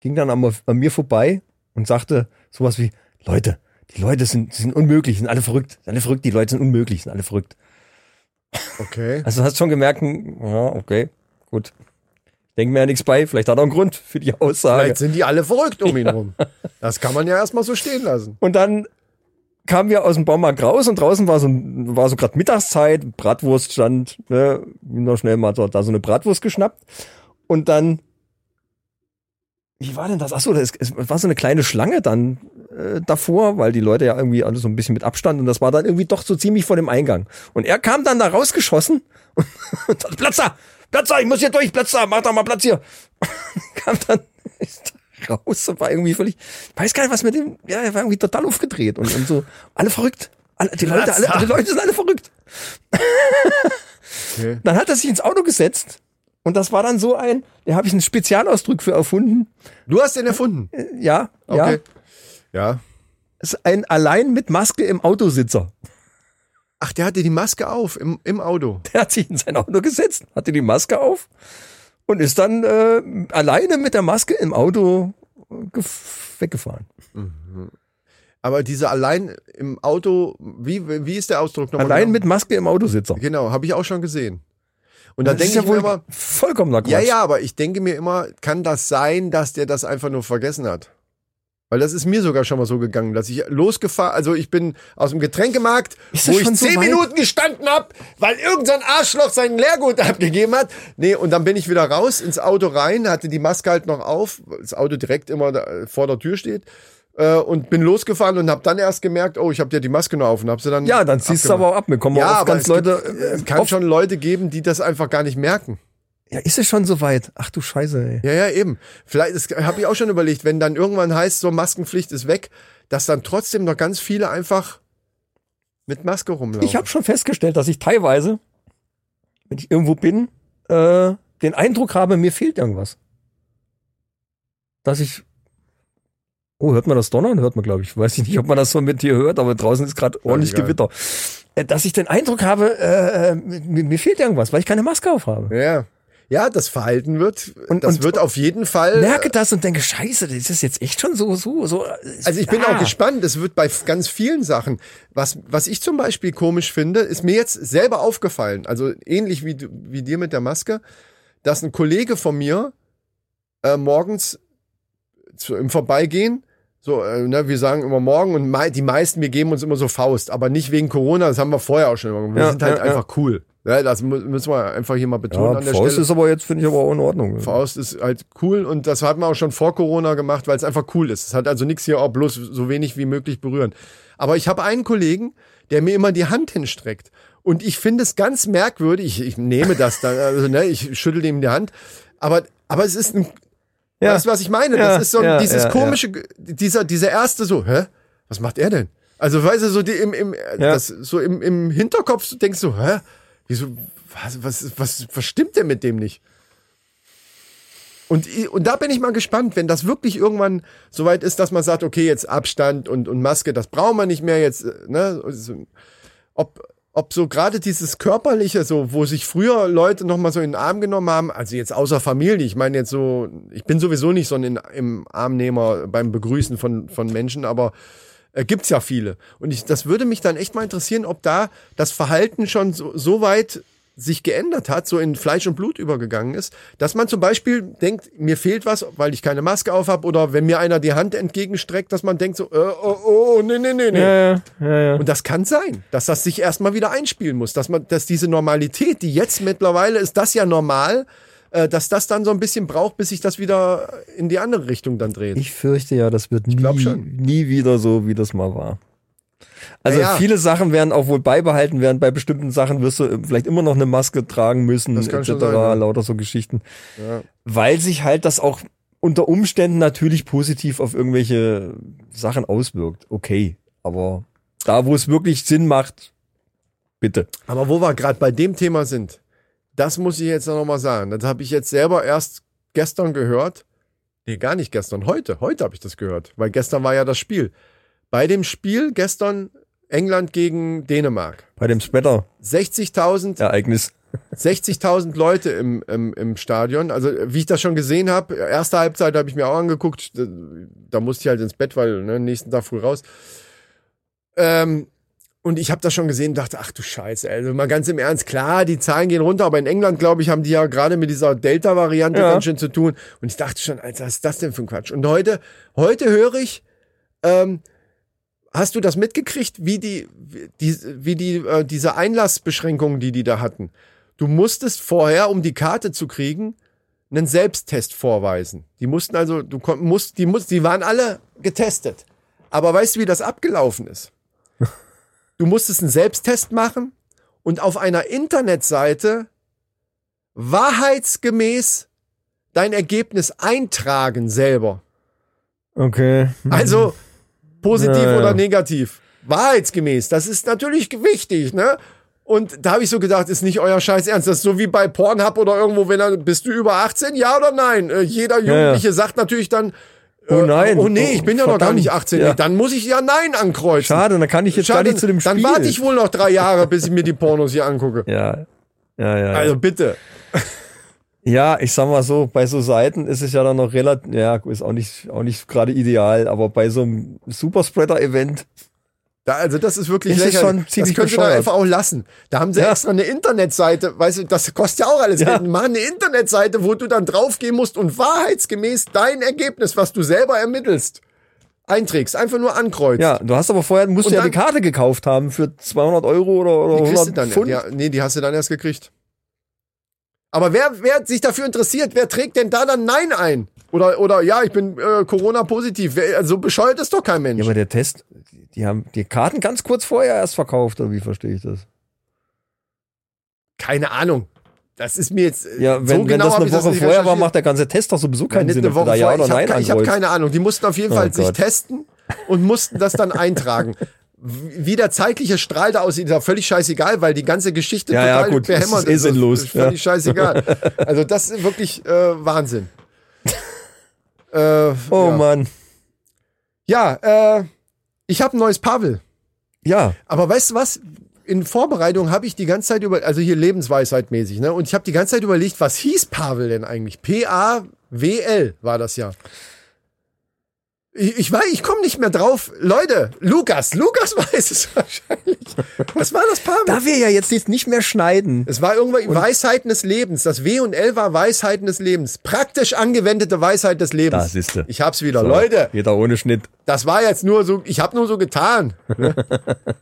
Speaker 4: Ging dann an, an mir vorbei und sagte sowas wie, Leute, die Leute sind, sind unmöglich, sind alle verrückt, sind alle verrückt, die Leute sind unmöglich, sind alle verrückt.
Speaker 3: Okay.
Speaker 4: Also hast schon gemerkt, hm, ja, okay, gut. Denk mir ja nichts bei, vielleicht hat er einen Grund für die Aussage.
Speaker 3: Vielleicht sind die alle verrückt um ihn rum. Das kann man ja erstmal so stehen lassen.
Speaker 4: Und dann kamen wir aus dem Baumarkt raus und draußen war so, ein- war so gerade Mittagszeit, Bratwurst stand, ne, noch schnell mal so, da so eine Bratwurst geschnappt. Und dann, wie war denn das? Achso, es, es war so eine kleine Schlange dann äh, davor, weil die Leute ja irgendwie alle so ein bisschen mit Abstand und das war dann irgendwie doch so ziemlich vor dem Eingang. Und er kam dann da rausgeschossen (laughs) und, und sagte, Platz da, Platz da, ich muss hier durch, Platz da, mach doch mal Platz hier. kam dann (laughs) raus und war irgendwie völlig, weiß gar nicht, was mit dem, ja, er war irgendwie total aufgedreht und, und so, alle verrückt. Alle, die, Leute, alle, die Leute sind alle verrückt.
Speaker 3: Okay.
Speaker 4: (laughs) Dann hat er sich ins Auto gesetzt und das war dann so ein, da habe ich einen Spezialausdruck für erfunden.
Speaker 3: Du hast den erfunden.
Speaker 4: Ja, ja.
Speaker 3: Okay. Ja.
Speaker 4: Es ist ein allein mit Maske im Autositzer.
Speaker 3: Ach, der hatte die Maske auf im, im Auto.
Speaker 4: (laughs) Der hat sich in sein Auto gesetzt, hatte die Maske auf und ist dann äh, alleine mit der Maske im Auto äh, gef- weggefahren.
Speaker 3: Aber diese allein im Auto, wie, wie ist der Ausdruck nochmal?
Speaker 4: Allein
Speaker 3: genau?
Speaker 4: mit Maske im Autositzer.
Speaker 3: Genau, habe ich auch schon gesehen. Und da
Speaker 4: Das ist
Speaker 3: denke ich mir immer,
Speaker 4: vollkommener Quatsch.
Speaker 3: ja, ja, aber ich denke mir immer, kann das sein, dass der das einfach nur vergessen hat? Weil das ist mir sogar schon mal so gegangen, dass ich losgefahren, also ich bin aus dem Getränkemarkt,
Speaker 4: Ist das
Speaker 3: wo ich
Speaker 4: schon so
Speaker 3: zehn
Speaker 4: weit?
Speaker 3: Minuten gestanden hab, weil irgendein Arschloch sein Leergut (laughs) abgegeben hat. Nee, und dann bin ich wieder raus ins Auto rein, hatte die Maske halt noch auf, weil das Auto direkt immer da, vor der Tür steht. äh, Und bin losgefahren und habe dann erst gemerkt, oh, ich habe dir die Maske noch auf und habe sie dann.
Speaker 4: Ja, dann ziehst du
Speaker 3: abgemacht.
Speaker 4: aber auch ab. Wir kommen
Speaker 3: Ja,
Speaker 4: auch auf
Speaker 3: aber
Speaker 4: ganz
Speaker 3: es
Speaker 4: Leute.
Speaker 3: gibt,
Speaker 4: äh,
Speaker 3: es kann
Speaker 4: auf-
Speaker 3: schon Leute geben, die das einfach gar nicht merken.
Speaker 4: Ja, ist es schon soweit? Ach du Scheiße, ey.
Speaker 3: Ja, ja, eben. Vielleicht habe ich auch schon überlegt, wenn dann irgendwann heißt, so Maskenpflicht ist weg, dass dann trotzdem noch ganz viele einfach mit Maske rumlaufen.
Speaker 4: Ich habe schon festgestellt, dass ich teilweise, wenn ich irgendwo bin, äh, den Eindruck habe, mir fehlt irgendwas. Dass ich. Oh, hört man das Donnern? Hört man, glaube ich. Weiß ich nicht, ob man das so mit hier hört, aber draußen ist gerade ordentlich
Speaker 3: egal.
Speaker 4: Gewitter. Äh, Dass ich den Eindruck habe, äh, mir, mir fehlt irgendwas, weil ich keine Maske auf habe.
Speaker 3: ja. ja, das Verhalten wird,
Speaker 4: Und-
Speaker 3: das
Speaker 4: und-
Speaker 3: wird auf jeden Fall.
Speaker 4: Merke das und denke, scheiße, das ist jetzt echt schon so, so, so.
Speaker 3: Also ich bin
Speaker 4: Ah.
Speaker 3: auch gespannt. Es wird bei f- ganz vielen Sachen. Was, was ich zum Beispiel komisch finde, ist mir jetzt selber aufgefallen. Also ähnlich wie, du- wie dir mit der Maske, dass ein Kollege von mir äh, morgens zu, im Vorbeigehen, so, äh, ne, wir sagen immer morgen und mei die meisten, wir geben uns immer so Faust, aber nicht wegen Corona, das haben wir vorher auch schon immer gemacht. Wir
Speaker 4: Ja,
Speaker 3: sind halt
Speaker 4: ja, ja.
Speaker 3: einfach cool. Ja, das mu- müssen wir einfach hier mal betonen
Speaker 4: Ja,
Speaker 3: an der
Speaker 4: Faust
Speaker 3: Stelle.
Speaker 4: ist aber jetzt, finde ich, aber auch in Ordnung.
Speaker 3: Faust ist halt cool und das hat man auch schon vor Corona gemacht, weil es einfach cool ist. Es hat also nichts hier auch bloß so wenig wie möglich berühren. Aber ich habe einen Kollegen, der mir immer die Hand hinstreckt. Und ich finde es ganz merkwürdig, ich, ich nehme das dann, also ne, ich schüttel dem die Hand, aber, aber es ist ein,
Speaker 4: Ja.
Speaker 3: weißt du, was ich meine?
Speaker 4: Ja,
Speaker 3: das ist so ein-
Speaker 4: ja,
Speaker 3: dieses
Speaker 4: ja, ja.
Speaker 3: komische, dieser, dieser erste so, hä? Was macht er denn? Also, weißt du, so die im, im, das, so im, im Hinterkopf denkst du, hä? Wieso, was, was, was, was stimmt denn mit dem nicht? Und, i- und da bin ich mal gespannt, wenn das wirklich irgendwann soweit ist, dass man sagt, okay, jetzt Abstand und, und Maske, das brauchen wir nicht mehr jetzt, äh, ne? Also, Ob, ob so gerade dieses körperliche, so, wo sich früher Leute nochmal so in den Arm genommen haben, also jetzt außer Familie, ich meine jetzt so, ich bin sowieso nicht so ein in, im Armnehmer beim Begrüßen von, von Menschen, aber äh, gibt's ja viele. Und ich, das würde mich dann echt mal interessieren, ob da das Verhalten schon so, so weit sich geändert hat, so in Fleisch und Blut übergegangen ist, dass man zum Beispiel denkt, mir fehlt was, weil ich keine Maske auf habe oder wenn mir einer die Hand entgegenstreckt, dass man denkt so, äh, oh, oh, nee, nee, nee, nee.
Speaker 4: ja, ja, ja.
Speaker 3: Und das kann sein, dass das sich erstmal wieder einspielen muss, dass man, dass diese Normalität, die jetzt mittlerweile ist, das ja normal, äh, dass das dann so ein bisschen braucht, bis sich das wieder in die andere Richtung dann dreht.
Speaker 4: Ich fürchte ja, das wird nie,
Speaker 3: glaub schon.
Speaker 4: nie wieder so, wie das mal war. Also
Speaker 3: Naja.
Speaker 4: viele Sachen werden auch wohl beibehalten werden. Bei bestimmten Sachen wirst du äh, vielleicht immer noch eine Maske tragen müssen,
Speaker 3: Das kann
Speaker 4: etc.
Speaker 3: schon sein, ja.
Speaker 4: Lauter so Geschichten. Weil sich halt das auch unter Umständen natürlich positiv auf irgendwelche Sachen auswirkt. Okay, aber da, wo es wirklich Sinn macht, bitte.
Speaker 3: Aber wo wir gerade bei dem Thema sind, das muss ich jetzt noch mal sagen. Das habe ich jetzt selber erst gestern gehört. Nee, gar nicht gestern, heute. Heute habe ich das gehört, weil gestern war ja das Spiel. Bei dem Spiel gestern England gegen Dänemark.
Speaker 4: Bei dem Spreader-Ereignis.
Speaker 3: 60.000 60.000 Leute im, im, im Stadion. Also wie ich das schon gesehen habe, erste Halbzeit habe ich mir auch angeguckt. Da, da musste ich halt ins Bett, weil ne, nächsten Tag früh raus. Ähm, und ich habe das schon gesehen und dachte, ach du Scheiße, also mal ganz im Ernst, klar, die Zahlen gehen runter, aber in England, glaube ich, haben die ja gerade mit dieser Delta-Variante
Speaker 4: Ja.
Speaker 3: ganz schön zu tun. Und ich dachte schon, Alter, was ist das denn für ein Quatsch? Und heute, heute höre ich, ähm, hast du das mitgekriegt, wie die, wie die, wie die äh, diese Einlassbeschränkungen, die die da hatten? Du musstest vorher, um die Karte zu kriegen, einen Selbsttest vorweisen. Die mussten also, du kon- musst, die musst, die waren alle getestet. Aber weißt du, wie das abgelaufen ist? Du musstest einen Selbsttest machen und auf einer Internetseite wahrheitsgemäß dein Ergebnis eintragen selber.
Speaker 4: Okay.
Speaker 3: Also positiv
Speaker 4: Hm. Ja, ja.
Speaker 3: oder negativ. Wahrheitsgemäß. Das ist natürlich wichtig, ne? Und da habe ich so gedacht, ist nicht euer Scheiß ernst. Das ist so wie bei Pornhub oder irgendwo, wenn er, bist du über 18? Ja oder nein? Äh, jeder Jugendliche sagt natürlich dann, äh,
Speaker 4: Oh nein.
Speaker 3: Oh nee, ich bin ja noch gar
Speaker 4: Verdammt.
Speaker 3: nicht 18.
Speaker 4: Ja.
Speaker 3: Nee, Dann muss ich ja nein ankreuzen.
Speaker 4: Schade, dann kann ich jetzt gar
Speaker 3: Schade,
Speaker 4: nicht zu dem
Speaker 3: Dann
Speaker 4: Spiel.
Speaker 3: warte ich wohl noch drei Jahre, bis ich mir die Pornos hier angucke.
Speaker 4: Ja. Ja, (laughs) ja, ja.
Speaker 3: Also bitte.
Speaker 4: Ja, ich sag mal so, bei so Seiten ist es ja dann noch relativ, ja, ist auch nicht, auch nicht gerade ideal, aber bei so einem Superspreader-Event,
Speaker 3: Da, also das ist wirklich
Speaker 4: Es ist
Speaker 3: lächerlich.
Speaker 4: schon ziemlich
Speaker 3: das können sie doch
Speaker 4: bescheuert.
Speaker 3: einfach auch lassen. Da haben sie
Speaker 4: Ja.
Speaker 3: extra eine Internetseite, weißt du, das kostet ja auch alles.
Speaker 4: Ja.
Speaker 3: Geld. Mach eine Internetseite, wo du dann draufgehen musst und wahrheitsgemäß dein Ergebnis, was du selber ermittelst, einträgst. Einfach nur ankreuzt.
Speaker 4: ja, du hast aber vorher, musst
Speaker 3: Und
Speaker 4: du ja
Speaker 3: dann-
Speaker 4: die Karte gekauft haben für 200 Euro oder, oder
Speaker 3: Die kriegst du
Speaker 4: 100
Speaker 3: dann,
Speaker 4: Pfund.
Speaker 3: ja, nee, die hast du dann erst gekriegt. Aber wer, wer sich dafür interessiert, wer trägt denn da dann Nein ein? Oder, oder ja, ich bin äh, Corona-positiv. Wer- Also bescheuert ist doch kein Mensch.
Speaker 4: Ja, aber der Test, die haben die Karten ganz kurz vorher erst verkauft, oder wie verstehe ich das?
Speaker 3: Keine Ahnung. Das ist mir jetzt. äh,
Speaker 4: Ja, wenn, wenn
Speaker 3: genau
Speaker 4: das
Speaker 3: hab
Speaker 4: eine
Speaker 3: ich das
Speaker 4: Woche
Speaker 3: nicht
Speaker 4: vorher war,
Speaker 3: recherchiert.
Speaker 4: macht der ganze Test doch sowieso
Speaker 3: Nein,
Speaker 4: keinen
Speaker 3: nicht
Speaker 4: Sinn,
Speaker 3: eine
Speaker 4: ob du
Speaker 3: Woche
Speaker 4: da ja
Speaker 3: vorher.
Speaker 4: oder
Speaker 3: Ich
Speaker 4: nein
Speaker 3: habe ich hab
Speaker 4: anrollst.
Speaker 3: keine Ahnung. Die mussten auf jeden Fall sich
Speaker 4: Gott.
Speaker 3: testen und mussten das dann eintragen. W- Wie der zeitliche Strahl da aussieht, ist ja völlig scheißegal, weil die ganze Geschichte
Speaker 4: Ja, ja,
Speaker 3: total
Speaker 4: gut, das
Speaker 3: behämmert
Speaker 4: ist eh sinnlos,
Speaker 3: Das ist völlig
Speaker 4: (laughs)
Speaker 3: scheißegal. Also das ist wirklich äh, Wahnsinn. äh,
Speaker 4: Oh
Speaker 3: ja,
Speaker 4: Mann.
Speaker 3: ja äh, ich habe ein neues Pavel.
Speaker 4: Ja.
Speaker 3: Aber weißt du was? In Vorbereitung habe ich die ganze Zeit über, also hier lebensweisheitmäßig, ne? Und ich habe die ganze Zeit überlegt, was hieß Pavel denn eigentlich? P-A-W-L war das ja. Ich, ich weiß, ich komme nicht mehr drauf. Leute, Lukas, Lukas (laughs) weiß es wahrscheinlich. Was war das Pavel?
Speaker 4: Da wir ja jetzt nicht- nicht mehr schneiden.
Speaker 3: es war irgendwann Weisheiten des Lebens. Das W und L war Weisheiten des Lebens. Praktisch angewendete Weisheit des Lebens.
Speaker 4: Da siehste.
Speaker 3: Ich hab's wieder. Leute,
Speaker 4: Jeder ohne Schnitt.
Speaker 3: das war jetzt nur so, ich habe nur so getan.
Speaker 4: (laughs)
Speaker 3: ne?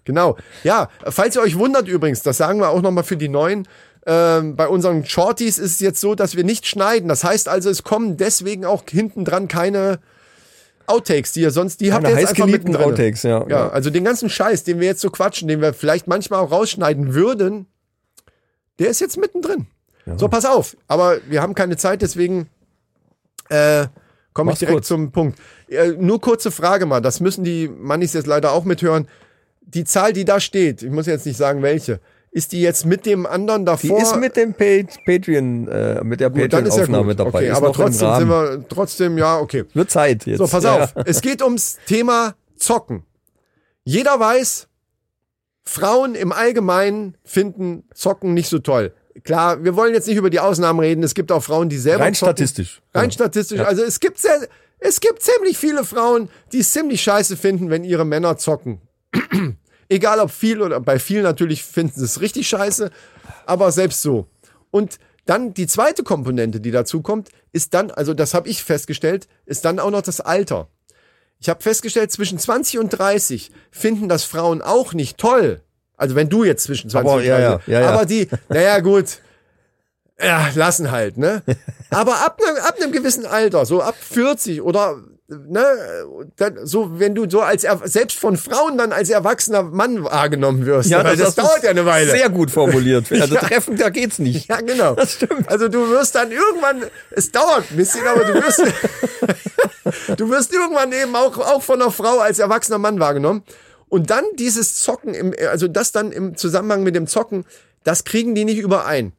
Speaker 3: genau. Ja, falls ihr euch wundert übrigens, das sagen wir auch nochmal für die Neuen, ähm, bei unseren Shorties ist es jetzt so, dass wir nicht schneiden. Das heißt also, es kommen deswegen auch hinten dran keine Outtakes, die ihr sonst, die habt
Speaker 4: Keine
Speaker 3: ihr jetzt einfach
Speaker 4: heißgeliebten
Speaker 3: mittendrin.
Speaker 4: Outtakes, ja,
Speaker 3: ja.
Speaker 4: ja.
Speaker 3: also den ganzen Scheiß, den wir jetzt so quatschen, den wir vielleicht manchmal auch rausschneiden würden, der ist jetzt mittendrin. So, pass auf. Aber wir haben keine Zeit, deswegen äh, komme ich
Speaker 4: Mach's
Speaker 3: direkt
Speaker 4: kurz.
Speaker 3: zum Punkt. Äh, nur kurze Frage mal, das müssen die Mannis jetzt leider auch mithören. Die Zahl, die da steht, ich muss jetzt nicht sagen, welche, ist die jetzt mit dem anderen
Speaker 4: Die
Speaker 3: davor?
Speaker 4: ist mit dem Pa- Patreon, äh, mit der
Speaker 3: Gut, dann ist ja
Speaker 4: Patreon-Aufnahme
Speaker 3: gut.
Speaker 4: dabei.
Speaker 3: Okay,
Speaker 4: ist
Speaker 3: aber
Speaker 4: noch im
Speaker 3: trotzdem sind
Speaker 4: Rahmen.
Speaker 3: wir, trotzdem, ja, okay.
Speaker 4: Wird Zeit jetzt.
Speaker 3: So, pass
Speaker 4: ja,
Speaker 3: auf. Es geht ums Thema Zocken. Jeder weiß, Frauen im Allgemeinen finden Zocken nicht so toll. Klar, wir wollen jetzt nicht über die Ausnahmen reden. Es gibt auch Frauen, die
Speaker 4: Ja.
Speaker 3: selber
Speaker 4: Rein
Speaker 3: zocken.
Speaker 4: statistisch.
Speaker 3: Rein statistisch. Also es gibt sehr, es gibt ziemlich viele Frauen, die es ziemlich scheiße finden, wenn ihre Männer zocken. (clears throat) Egal ob viel oder bei vielen natürlich finden sie es richtig scheiße, aber selbst so. Und dann die zweite Komponente, die dazu kommt, ist dann, also das habe ich festgestellt, ist dann auch noch das Alter. Ich habe festgestellt, zwischen 20 und 30 finden das Frauen auch nicht toll. Also wenn du jetzt zwischen 20
Speaker 4: Aber,
Speaker 3: und
Speaker 4: ja,
Speaker 3: 30,
Speaker 4: ja, ja, ja.
Speaker 3: aber die, naja gut, ja, lassen halt, ne? Aber ab, ne, ab einem gewissen Alter, so ab 40 oder ne, dann, so wenn du so als er- selbst von Frauen dann als erwachsener Mann wahrgenommen wirst, weil das,
Speaker 4: ist
Speaker 3: dauert ja eine Weile.
Speaker 4: Sehr gut
Speaker 3: (laughs)
Speaker 4: formuliert. Also treffen, da geht's nicht.
Speaker 3: ja, genau. Das stimmt. Also du wirst dann irgendwann, es dauert ein bisschen, aber du wirst, (laughs) du wirst irgendwann eben auch, auch von einer Frau als erwachsener Mann wahrgenommen. Und dann dieses Zocken, im, also das dann im Zusammenhang mit dem Zocken, das kriegen die nicht überein.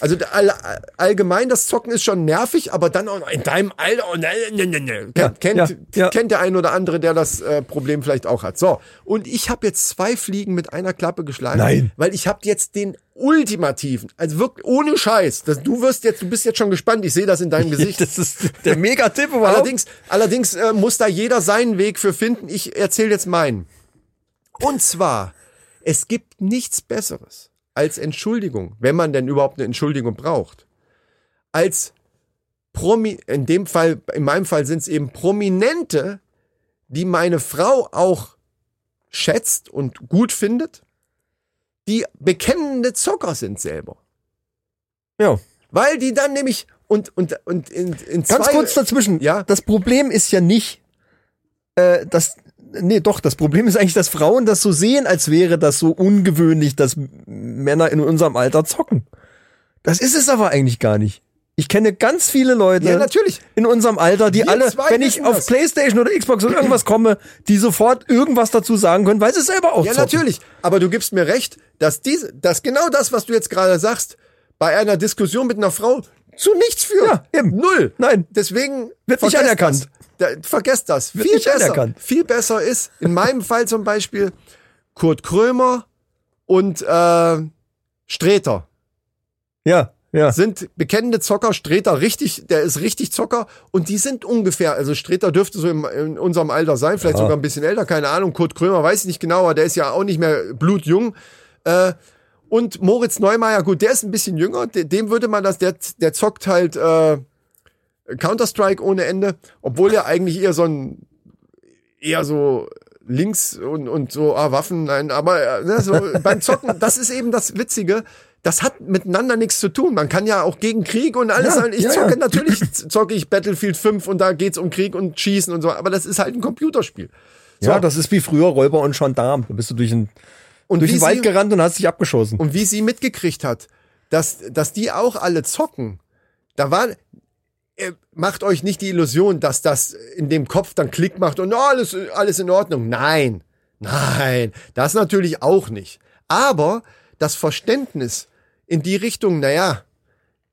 Speaker 3: Also da- all, allgemein, das Zocken ist schon nervig, aber dann auch noch in deinem Alter. Oh, ne, ne, ne, ne.
Speaker 4: Ja,
Speaker 3: kennt,
Speaker 4: ja, ja.
Speaker 3: kennt der ein oder andere, der das äh, Problem vielleicht auch hat. So, und ich habe jetzt zwei Fliegen mit einer Klappe geschlagen,
Speaker 4: Nein.
Speaker 3: weil ich habe jetzt den ultimativen, also wirklich ohne Scheiß. Das, du wirst jetzt, du bist jetzt schon gespannt. Ich sehe das in
Speaker 4: (laughs)
Speaker 3: deinem Gesicht.
Speaker 4: Das ist
Speaker 3: (laughs)
Speaker 4: der Mega-Tipp überhaupt.
Speaker 3: Allerdings, allerdings äh, muss da jeder seinen Weg für finden. Ich erzähle jetzt meinen. Und zwar, es gibt nichts Besseres als Entschuldigung, wenn man denn überhaupt eine Entschuldigung braucht, als Promi, in dem Fall, in meinem Fall sind es eben Prominente, die meine Frau auch schätzt und gut findet, die bekennende Zocker sind selber.
Speaker 4: Ja.
Speaker 3: Weil die dann nämlich und, und, und in, in
Speaker 4: Ganz
Speaker 3: zwei,
Speaker 4: kurz dazwischen.
Speaker 3: Ja.
Speaker 4: Das Problem ist ja nicht, äh, dass Nee, doch, das Problem ist eigentlich, dass Frauen das so sehen, als wäre das so ungewöhnlich, dass M- Männer in unserem Alter zocken. Das ist es aber eigentlich gar nicht. Ich kenne ganz viele Leute
Speaker 3: Ja, natürlich.
Speaker 4: in unserem Alter, die
Speaker 3: Wir
Speaker 4: alle,
Speaker 3: zwei
Speaker 4: wenn ich
Speaker 3: wissen
Speaker 4: auf
Speaker 3: das.
Speaker 4: Playstation oder Xbox oder
Speaker 3: (clears throat)
Speaker 4: irgendwas komme, die sofort irgendwas dazu sagen können, weil sie es selber auch
Speaker 3: Ja,
Speaker 4: zocken.
Speaker 3: natürlich. Aber du gibst mir recht, dass diese, dass genau das, was du jetzt gerade sagst, bei einer Diskussion mit einer Frau zu nichts führt.
Speaker 4: Ja, eben.
Speaker 3: Null.
Speaker 4: Nein.
Speaker 3: Deswegen
Speaker 4: Wird nicht
Speaker 3: vergesst
Speaker 4: anerkannt.
Speaker 3: Das. Da, vergesst das.
Speaker 4: Wird
Speaker 3: viel
Speaker 4: nicht
Speaker 3: besser.
Speaker 4: anerkannt.
Speaker 3: Viel besser ist in meinem Fall zum Beispiel Kurt Krömer und äh, Streter
Speaker 4: Ja, ja.
Speaker 3: sind bekennende Zocker. Streter richtig, der ist richtig Zocker und die sind ungefähr, also Streter dürfte so im, in unserem Alter sein, vielleicht sogar ein bisschen älter, keine Ahnung. Kurt Krömer weiß ich nicht genau, aber der ist ja auch nicht mehr blutjung. Äh, und Moritz Neumeier, gut, der ist ein bisschen jünger, de- dem würde man das, der, der zockt halt äh, Counter-Strike ohne Ende, obwohl er eigentlich eher so ein, eher so links und, und so, ah, Waffen, nein, aber äh, ne,
Speaker 4: (laughs)
Speaker 3: so beim Zocken, das ist eben das Witzige, das hat miteinander nichts zu tun. Man kann ja auch gegen Krieg und alles
Speaker 4: Ja,
Speaker 3: sein. Ich
Speaker 4: ja,
Speaker 3: zocke
Speaker 4: ja. (laughs)
Speaker 3: natürlich, zocke ich Battlefield 5 und da geht's um Krieg und Schießen und so, aber das ist halt ein Computerspiel.
Speaker 4: Ja, das ist wie früher Räuber und Gendarm. Da bist du durch den,
Speaker 3: Und
Speaker 4: durch
Speaker 3: wie
Speaker 4: den Wald
Speaker 3: sie,
Speaker 4: gerannt und hast dich abgeschossen.
Speaker 3: und wie sie mitgekriegt hat, dass, dass die auch alle zocken, da war, äh, macht euch nicht die Illusion, dass das in dem Kopf dann Klick macht und oh, alles, alles in Ordnung. Nein, nein, das natürlich auch nicht. Aber das Verständnis in die Richtung, naja,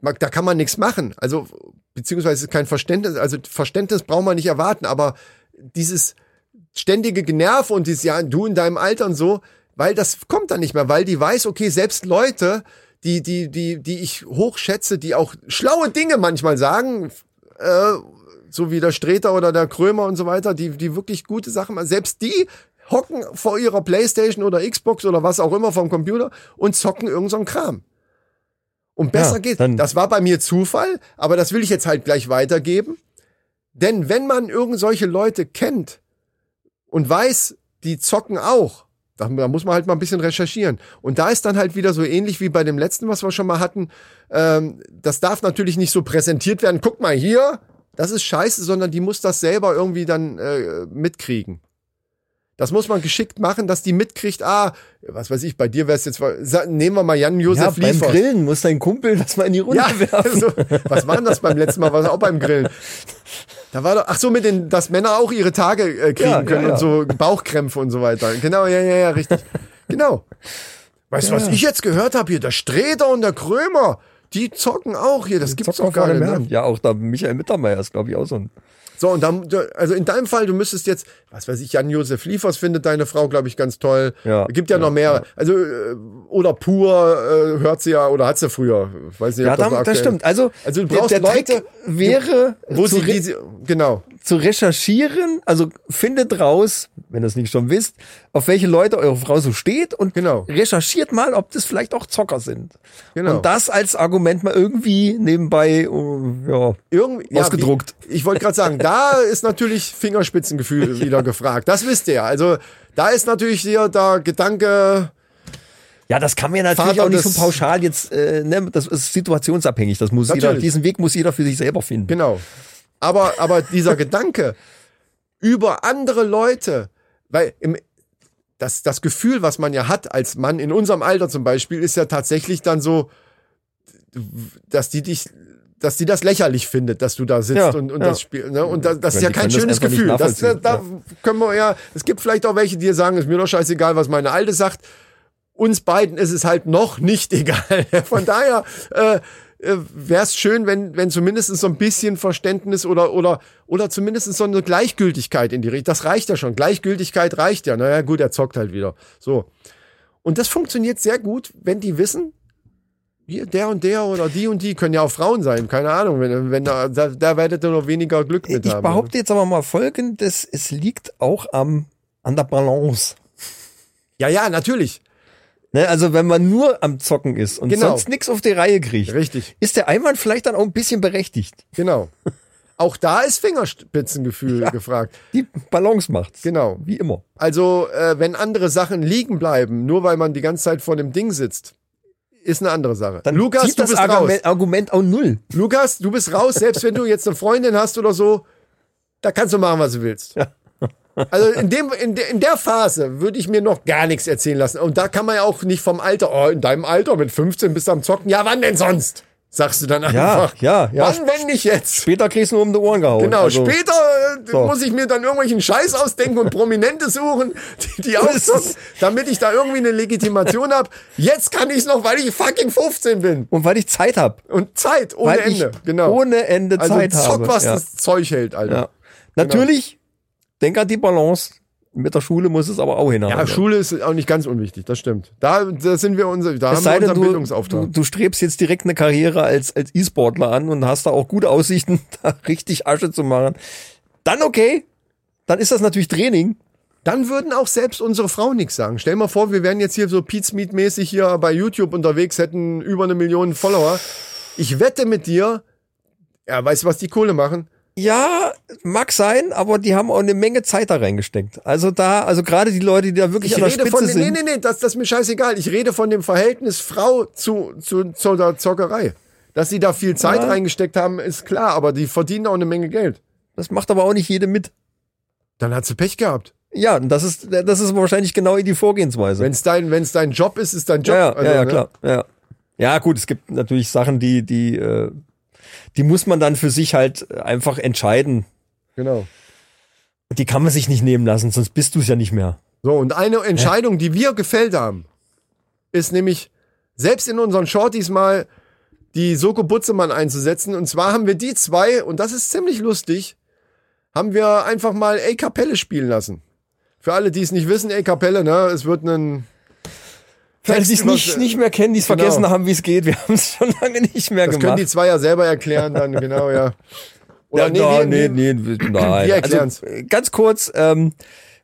Speaker 3: man- da kann man nichts machen. Also, beziehungsweise kein Verständnis, also Verständnis braucht man nicht erwarten, aber dieses ständige Generv und dieses, ja, du in deinem Alter und so, weil das kommt dann nicht mehr, weil die weiß, okay, selbst Leute, die, die, die, die ich hochschätze, die auch schlaue Dinge manchmal sagen, äh, so wie der Streter oder der Krömer und so weiter, die, die wirklich gute Sachen machen, selbst die hocken vor ihrer Playstation oder Xbox oder was auch immer vom Computer und zocken irgend so einen Kram. Und besser
Speaker 4: Ja,
Speaker 3: geht's.
Speaker 4: dann-
Speaker 3: Das war bei mir Zufall, aber das will ich jetzt halt gleich weitergeben. Denn wenn man irgend solche Leute kennt und weiß, die zocken auch, da, da muss man halt mal ein bisschen recherchieren. Und da ist dann halt wieder so ähnlich wie bei dem letzten, was wir schon mal hatten. Ähm, das darf natürlich nicht so präsentiert werden. Guck mal hier, das ist scheiße, sondern die muss das selber irgendwie dann äh, mitkriegen. Das muss man geschickt machen, dass die mitkriegt, ah, was weiß ich, bei dir wär's jetzt, sa- nehmen wir mal
Speaker 4: Ja,
Speaker 3: Jan-Josef
Speaker 4: beim
Speaker 3: Liefers.
Speaker 4: Grillen muss dein Kumpel das mal in die Runde
Speaker 3: Ja, (laughs)
Speaker 4: werfen.
Speaker 3: so, was war denn das beim letzten Mal? War das auch beim Grillen? Da war doch, ach so, mit den, dass Männer auch ihre Tage äh, kriegen
Speaker 4: Ja, ja,
Speaker 3: können
Speaker 4: ja.
Speaker 3: und so Bauchkrämpfe und so weiter. Genau, ja, ja, ja, richtig. Genau. Weißt du, was ich jetzt gehört habe hier? Der Sträter und der Krömer, die zocken auch hier. Das gibt's
Speaker 4: Zocken
Speaker 3: doch gar
Speaker 4: vor
Speaker 3: nicht.
Speaker 4: dem
Speaker 3: Ne?
Speaker 4: Herrn. Ja, auch da Michael Mittermeier ist, glaube ich, auch so ein.
Speaker 3: So, und dann, also in deinem Fall, du müsstest jetzt, was weiß ich, Jan-Josef Liefers findet deine Frau, glaube ich, ganz toll.
Speaker 4: Ja.
Speaker 3: Gibt ja, noch mehrere. Also, äh, oder pur äh, hört sie ja, oder hat sie früher. Ich Weiß nicht,
Speaker 4: Ja,
Speaker 3: ob das,
Speaker 4: da,
Speaker 3: aktuell
Speaker 4: das
Speaker 3: ist.
Speaker 4: stimmt. Also,
Speaker 3: Also du
Speaker 4: der-
Speaker 3: brauchst
Speaker 4: der
Speaker 3: Leute,
Speaker 4: Trick wäre,
Speaker 3: wo
Speaker 4: zu,
Speaker 3: sie
Speaker 4: re
Speaker 3: diese, genau.
Speaker 4: zu recherchieren, also findet raus, wenn ihr es nicht schon wisst, auf welche Leute eure Frau so steht und
Speaker 3: Genau.
Speaker 4: recherchiert mal, ob das vielleicht auch Zocker sind.
Speaker 3: Genau.
Speaker 4: Und das als Argument mal irgendwie nebenbei, oh, ja,
Speaker 3: Irgendwie, ja,
Speaker 4: Ausgedruckt.
Speaker 3: Wie, ich wollte gerade sagen,
Speaker 4: (laughs)
Speaker 3: da ist natürlich Fingerspitzengefühl wieder gefragt. Das wisst ihr ja. Also da ist natürlich hier der Gedanke,
Speaker 4: Ja, das kann man ja natürlich
Speaker 3: Vater
Speaker 4: auch nicht so
Speaker 3: des-
Speaker 4: pauschal jetzt, äh, ne, das ist situationsabhängig. Das muss jeder,
Speaker 3: Natürlich.
Speaker 4: diesen Weg muss jeder für sich selber finden.
Speaker 3: genau. Aber, aber dieser Gedanke über andere Leute, weil im, das, das Gefühl, was man ja hat als Mann in unserem Alter zum Beispiel, ist ja tatsächlich dann so, dass die dich, dass die das lächerlich findet, dass du da sitzt
Speaker 4: Ja,
Speaker 3: und, und
Speaker 4: ja.
Speaker 3: das Spiel, ne? Und das, das ist
Speaker 4: Können-
Speaker 3: ja
Speaker 4: die
Speaker 3: kein
Speaker 4: können das
Speaker 3: schönes
Speaker 4: einfach nicht
Speaker 3: Gefühl. Das, da,
Speaker 4: nachvollziehen,
Speaker 3: da können wir ja, es gibt vielleicht auch welche, die dir sagen, ist mir doch scheißegal, was meine Alte sagt. Uns beiden ist es halt noch nicht (laughs) egal. Von daher äh, wäre es schön, wenn, wenn zumindest so ein bisschen Verständnis oder, oder, oder zumindest so eine Gleichgültigkeit in die Richtung. Das reicht ja schon. Gleichgültigkeit reicht ja. Naja, gut, er zockt halt wieder. So. Und das funktioniert sehr gut, wenn die wissen, hier, der und der oder die und die können ja auch Frauen sein, keine Ahnung. Wenn, wenn da, da, da werdet ihr noch weniger Glück mit
Speaker 4: Ich
Speaker 3: haben.
Speaker 4: behaupte jetzt aber mal folgendes, es liegt auch am, an der Balance.
Speaker 3: Ja, ja, natürlich.
Speaker 4: Ne, also wenn man nur am Zocken ist und
Speaker 3: Genau.
Speaker 4: sonst nichts auf die Reihe kriegt,
Speaker 3: Richtig,
Speaker 4: ist der Einwand vielleicht dann auch ein bisschen berechtigt.
Speaker 3: genau. Auch da ist Fingerspitzengefühl gefragt.
Speaker 4: Die Balance macht's.
Speaker 3: Genau.
Speaker 4: Wie immer.
Speaker 3: Also, äh, wenn andere Sachen liegen bleiben, nur weil man die ganze Zeit vor dem Ding sitzt, ist eine andere Sache.
Speaker 4: Dann
Speaker 3: Lukas,
Speaker 4: zieht
Speaker 3: du
Speaker 4: das
Speaker 3: bist raus.
Speaker 4: Argument, Argument auch null.
Speaker 3: Lukas, du bist raus, selbst wenn du jetzt eine Freundin hast oder so, da kannst du machen, was du willst. Also in, dem, in, de, in der Phase würde ich mir noch gar nichts erzählen lassen. Und da kann man ja auch nicht vom Alter, oh, in deinem Alter mit 15 bist du am Zocken, ja, wann denn sonst? Sagst du dann einfach.
Speaker 4: ja, ja.
Speaker 3: Wann, wenn nicht jetzt?
Speaker 4: Später kriegst du nur um die Ohren gehauen.
Speaker 3: Genau,
Speaker 4: Also,
Speaker 3: später äh,
Speaker 4: so.
Speaker 3: muss ich mir dann irgendwelchen Scheiß ausdenken und Prominente suchen, die, die auszocken, damit ich da irgendwie eine Legitimation habe. Jetzt kann ich es noch, weil ich fucking 15 bin.
Speaker 4: Und weil ich Zeit habe.
Speaker 3: Und Zeit ohne
Speaker 4: Weil
Speaker 3: Ende.
Speaker 4: ich
Speaker 3: genau.
Speaker 4: ohne Ende
Speaker 3: also
Speaker 4: Zeit
Speaker 3: zock,
Speaker 4: habe.
Speaker 3: was
Speaker 4: Ja.
Speaker 3: das Zeug hält,
Speaker 4: Ja.
Speaker 3: Alter.
Speaker 4: Natürlich, denk an die Balance. Mit der Schule muss es aber auch hinhauen.
Speaker 3: Ja, Schule ist auch nicht ganz unwichtig, das stimmt. Da, da sind wir unser, da haben
Speaker 4: es
Speaker 3: wir
Speaker 4: sei
Speaker 3: unseren
Speaker 4: denn, du,
Speaker 3: Bildungsauftrag.
Speaker 4: du, du strebst jetzt direkt eine Karriere als, als E-Sportler an und hast da auch gute Aussichten, (laughs) da richtig Asche zu machen. Dann okay. Dann ist das natürlich Training.
Speaker 3: Dann würden auch selbst unsere Frauen nichts sagen. Stell mal vor, wir wären jetzt hier so Pizmeet-mäßig hier bei YouTube unterwegs, hätten über eine Million Follower. Ich wette mit dir, ja, weißt du, was die Kohle machen?
Speaker 4: Ja, mag sein, aber die haben auch eine Menge Zeit da reingesteckt. Also da, also gerade die Leute, die da wirklich
Speaker 3: Ich
Speaker 4: an der
Speaker 3: rede
Speaker 4: Spitze
Speaker 3: von,
Speaker 4: sind.
Speaker 3: nee, nee, nee, das, das ist mir scheißegal. Ich rede von dem Verhältnis Frau zu, zu, zu der Zockerei. Dass sie da viel Zeit
Speaker 4: Ja.
Speaker 3: reingesteckt haben, ist klar, aber die verdienen auch eine Menge Geld.
Speaker 4: Das macht aber auch nicht jede mit.
Speaker 3: Dann hat sie Pech gehabt.
Speaker 4: Ja, und das ist, das ist wahrscheinlich genau die Vorgehensweise.
Speaker 3: Wenn es dein, wenn's dein Job ist, ist dein Job.
Speaker 4: ja, ja,
Speaker 3: Also,
Speaker 4: ja,
Speaker 3: ne?
Speaker 4: klar. Ja. Ja, gut, es gibt natürlich Sachen, die, die, äh, die muss man dann für sich halt einfach entscheiden.
Speaker 3: Genau.
Speaker 4: Die kann man sich nicht nehmen lassen, sonst bist du es ja nicht mehr.
Speaker 3: So, und eine Entscheidung, die wir gefällt haben, ist nämlich, selbst in unseren Shorties mal die Soko Butzemann einzusetzen. Und zwar haben wir die zwei, und das ist ziemlich lustig, haben wir einfach mal A Kapelle spielen lassen. Für alle, die es nicht wissen, A Kapelle, ne? Es wird ein
Speaker 4: Für alle, die es
Speaker 3: über-
Speaker 4: nicht, nicht mehr kennen, die es
Speaker 3: Genau.
Speaker 4: vergessen haben, wie es geht, wir (laughs) haben es schon lange nicht mehr
Speaker 3: Das können die
Speaker 4: gemacht.
Speaker 3: zwei ja selber erklären, dann genau,
Speaker 4: (laughs)
Speaker 3: ja.
Speaker 4: Ja,
Speaker 3: wir- wir-
Speaker 4: nee,
Speaker 3: (clears throat)
Speaker 4: nee, nee, nein.
Speaker 3: Wir erklären's.
Speaker 4: also, äh, ganz kurz, ähm,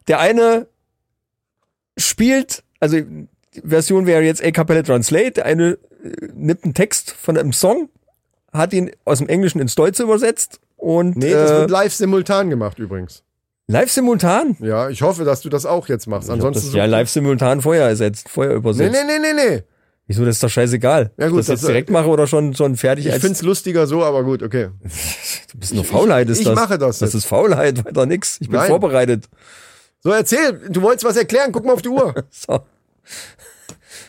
Speaker 4: der eine spielt, also die Version wäre jetzt A Cappella Translate, der eine äh, nimmt einen Text von einem Song, hat ihn aus dem Englischen ins Deutsche übersetzt und
Speaker 3: Nee, das
Speaker 4: äh,
Speaker 3: wird live simultan gemacht übrigens.
Speaker 4: live simultan.
Speaker 3: Ja, ich hoffe, dass du das auch jetzt machst. Ansonsten.
Speaker 4: das, ja, live simultan vorher ersetzt, vorher
Speaker 3: Nee,
Speaker 4: übersetzt.
Speaker 3: nee, nee, nee, nee.
Speaker 4: Wieso, das ist doch scheißegal.
Speaker 3: Ja, gut,
Speaker 4: Ob ich das
Speaker 3: das-
Speaker 4: jetzt direkt mache oder schon, schon fertig.
Speaker 3: Ich
Speaker 4: als-
Speaker 3: find's lustiger so, aber gut, okay.
Speaker 4: du bist nur Faulheit, ist
Speaker 3: ich
Speaker 4: das.
Speaker 3: mache das
Speaker 4: Das
Speaker 3: jetzt.
Speaker 4: ist Faulheit, weiter nix. Ich bin
Speaker 3: Nein.
Speaker 4: vorbereitet.
Speaker 3: So, erzähl, du wolltest was erklären, guck mal auf die Uhr.
Speaker 4: (laughs) So.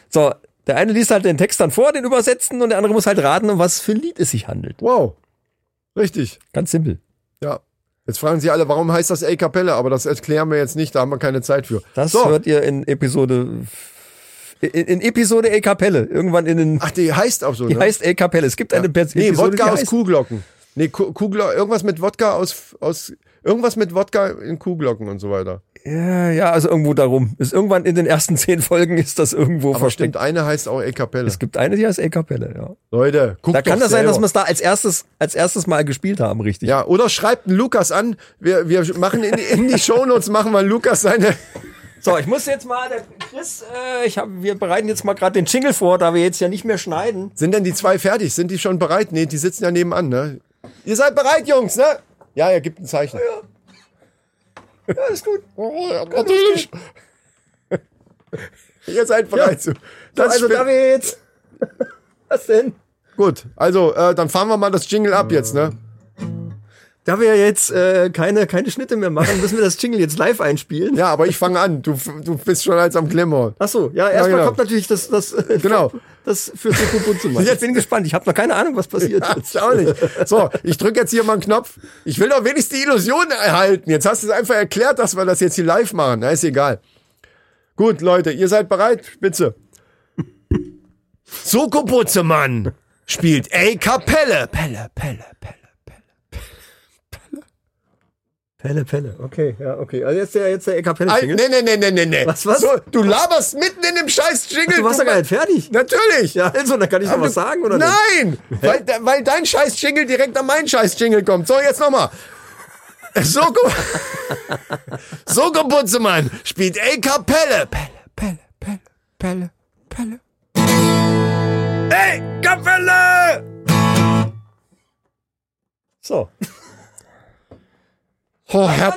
Speaker 4: so, der eine liest halt den Text dann vor, den übersetzen, und der andere muss halt raten, um was für ein Lied es sich handelt.
Speaker 3: Wow. Richtig.
Speaker 4: Ganz simpel.
Speaker 3: Ja. Jetzt fragen sie alle, warum heißt das A Kapelle? Aber das erklären wir jetzt nicht, da haben wir keine Zeit für.
Speaker 4: Das
Speaker 3: so.
Speaker 4: hört ihr in Episode in, in Episode E Kapelle. Irgendwann in den.
Speaker 3: Ach, die heißt auch so,
Speaker 4: Die
Speaker 3: ne?
Speaker 4: heißt E Kapelle. Es gibt eine Pers
Speaker 3: nee,
Speaker 4: Episode,
Speaker 3: Wodka
Speaker 4: die
Speaker 3: aus
Speaker 4: heißt-
Speaker 3: Kuhglocken. Nee, Ku- Kuhglo irgendwas mit Wodka aus, aus, irgendwas mit Wodka in Kuhglocken und so weiter.
Speaker 4: Ja, ja, also irgendwo darum. Ist irgendwann in den ersten (laughs) zehn Folgen ist das irgendwo
Speaker 3: Aber
Speaker 4: versteckt.
Speaker 3: stimmt, eine heißt auch A Kapelle.
Speaker 4: Es gibt eine, die heißt E Kapelle, ja.
Speaker 3: Leute, guckt
Speaker 4: Da kann
Speaker 3: doch
Speaker 4: das sein,
Speaker 3: selber.
Speaker 4: dass wir es da als erstes, als erstes Mal gespielt haben, richtig?
Speaker 3: Ja, oder schreibt einen Lukas an. Wir, wir machen in, die- in
Speaker 4: (laughs)
Speaker 3: die Shownotes machen wir Lukas seine.
Speaker 4: So, ich muss jetzt mal, der Chris, äh, ich hab, wir bereiten jetzt mal gerade den Jingle vor, da wir jetzt ja nicht mehr schneiden.
Speaker 3: Sind denn die zwei fertig? Sind die schon bereit? Nee, die sitzen ja nebenan, ne? Ihr seid bereit, Jungs, ne? Ja, er gibt ein Zeichen. Oh,
Speaker 4: Ja, ist
Speaker 3: (laughs)
Speaker 4: gut.
Speaker 3: Natürlich. (laughs) Ihr seid bereit zu. Das
Speaker 4: also
Speaker 3: spiel-
Speaker 4: David! (laughs) Was denn?
Speaker 3: Gut, also äh, dann fahren wir mal das Jingle ab jetzt, ne?
Speaker 4: Da wir jetzt äh, keine, keine Schnitte mehr machen, müssen wir das Jingle jetzt live einspielen.
Speaker 3: Ja, aber ich fange an. Du, f- du bist schon als am Klemmer.
Speaker 4: Ach so, ja, erstmal
Speaker 3: genau.
Speaker 4: kommt natürlich das, das, äh,
Speaker 3: Genau.
Speaker 4: das für Sokobun zu (laughs) machen. Ich bin gespannt, ich habe noch keine Ahnung, was passiert
Speaker 3: Ich auch nicht. So, ich drücke jetzt hier mal einen Knopf. Ich will doch wenigstens die Illusion erhalten. Jetzt hast du es einfach erklärt, dass wir das jetzt hier live machen. Na, ist egal. Gut, Leute, ihr seid bereit? Spitze. Soko Butzemann spielt A Kapelle.
Speaker 4: Pelle, Pelle, Pelle, Pelle. Pelle, Pelle. Okay, ja, okay. Also jetzt der, jetzt der
Speaker 3: Al- Nee,
Speaker 4: Kapelle-Jingle.
Speaker 3: nee, nee, nee, nee, nee.
Speaker 4: Was, was?
Speaker 3: So, du laberst mitten in dem scheiß Jingle.
Speaker 4: Du warst ja gar nicht fertig.
Speaker 3: Natürlich.
Speaker 4: Ja, also, dann kann ich noch
Speaker 3: Aber
Speaker 4: was
Speaker 3: du-
Speaker 4: sagen, oder nicht?
Speaker 3: Nein! Weil, de- weil dein scheiß Jingle direkt an meinen scheiß Jingle kommt. So, jetzt nochmal. Soko, (laughs) Soko Butzemann spielt A Kapelle.
Speaker 4: Pelle, Pelle, Pelle, Pelle.
Speaker 3: Ey, Kapelle!
Speaker 4: So.
Speaker 3: Oh, Herr,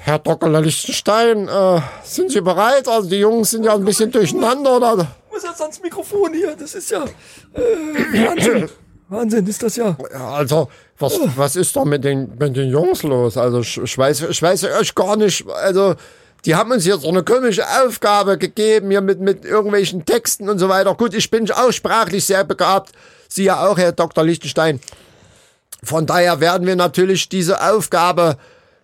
Speaker 3: Herr Dr. Lichtenstein, äh, sind Sie bereit? Also die Jungs sind ja ein bisschen durcheinander. Oder?
Speaker 4: muss jetzt ans Mikrofon hier. Das ist ja äh, Wahnsinn. Wahnsinn ist das ja.
Speaker 3: Ja, Also, was,
Speaker 4: Oh.
Speaker 3: was ist da mit den, mit den Jungs los? Also, ich, ich, weiß, ich weiß euch gar nicht. Also, die haben uns hier so eine komische Aufgabe gegeben, hier mit, mit irgendwelchen Texten und so weiter. Gut, ich bin auch sprachlich sehr begabt. Sie ja auch, Herr Dr. Lichtenstein. Von daher werden wir natürlich diese Aufgabe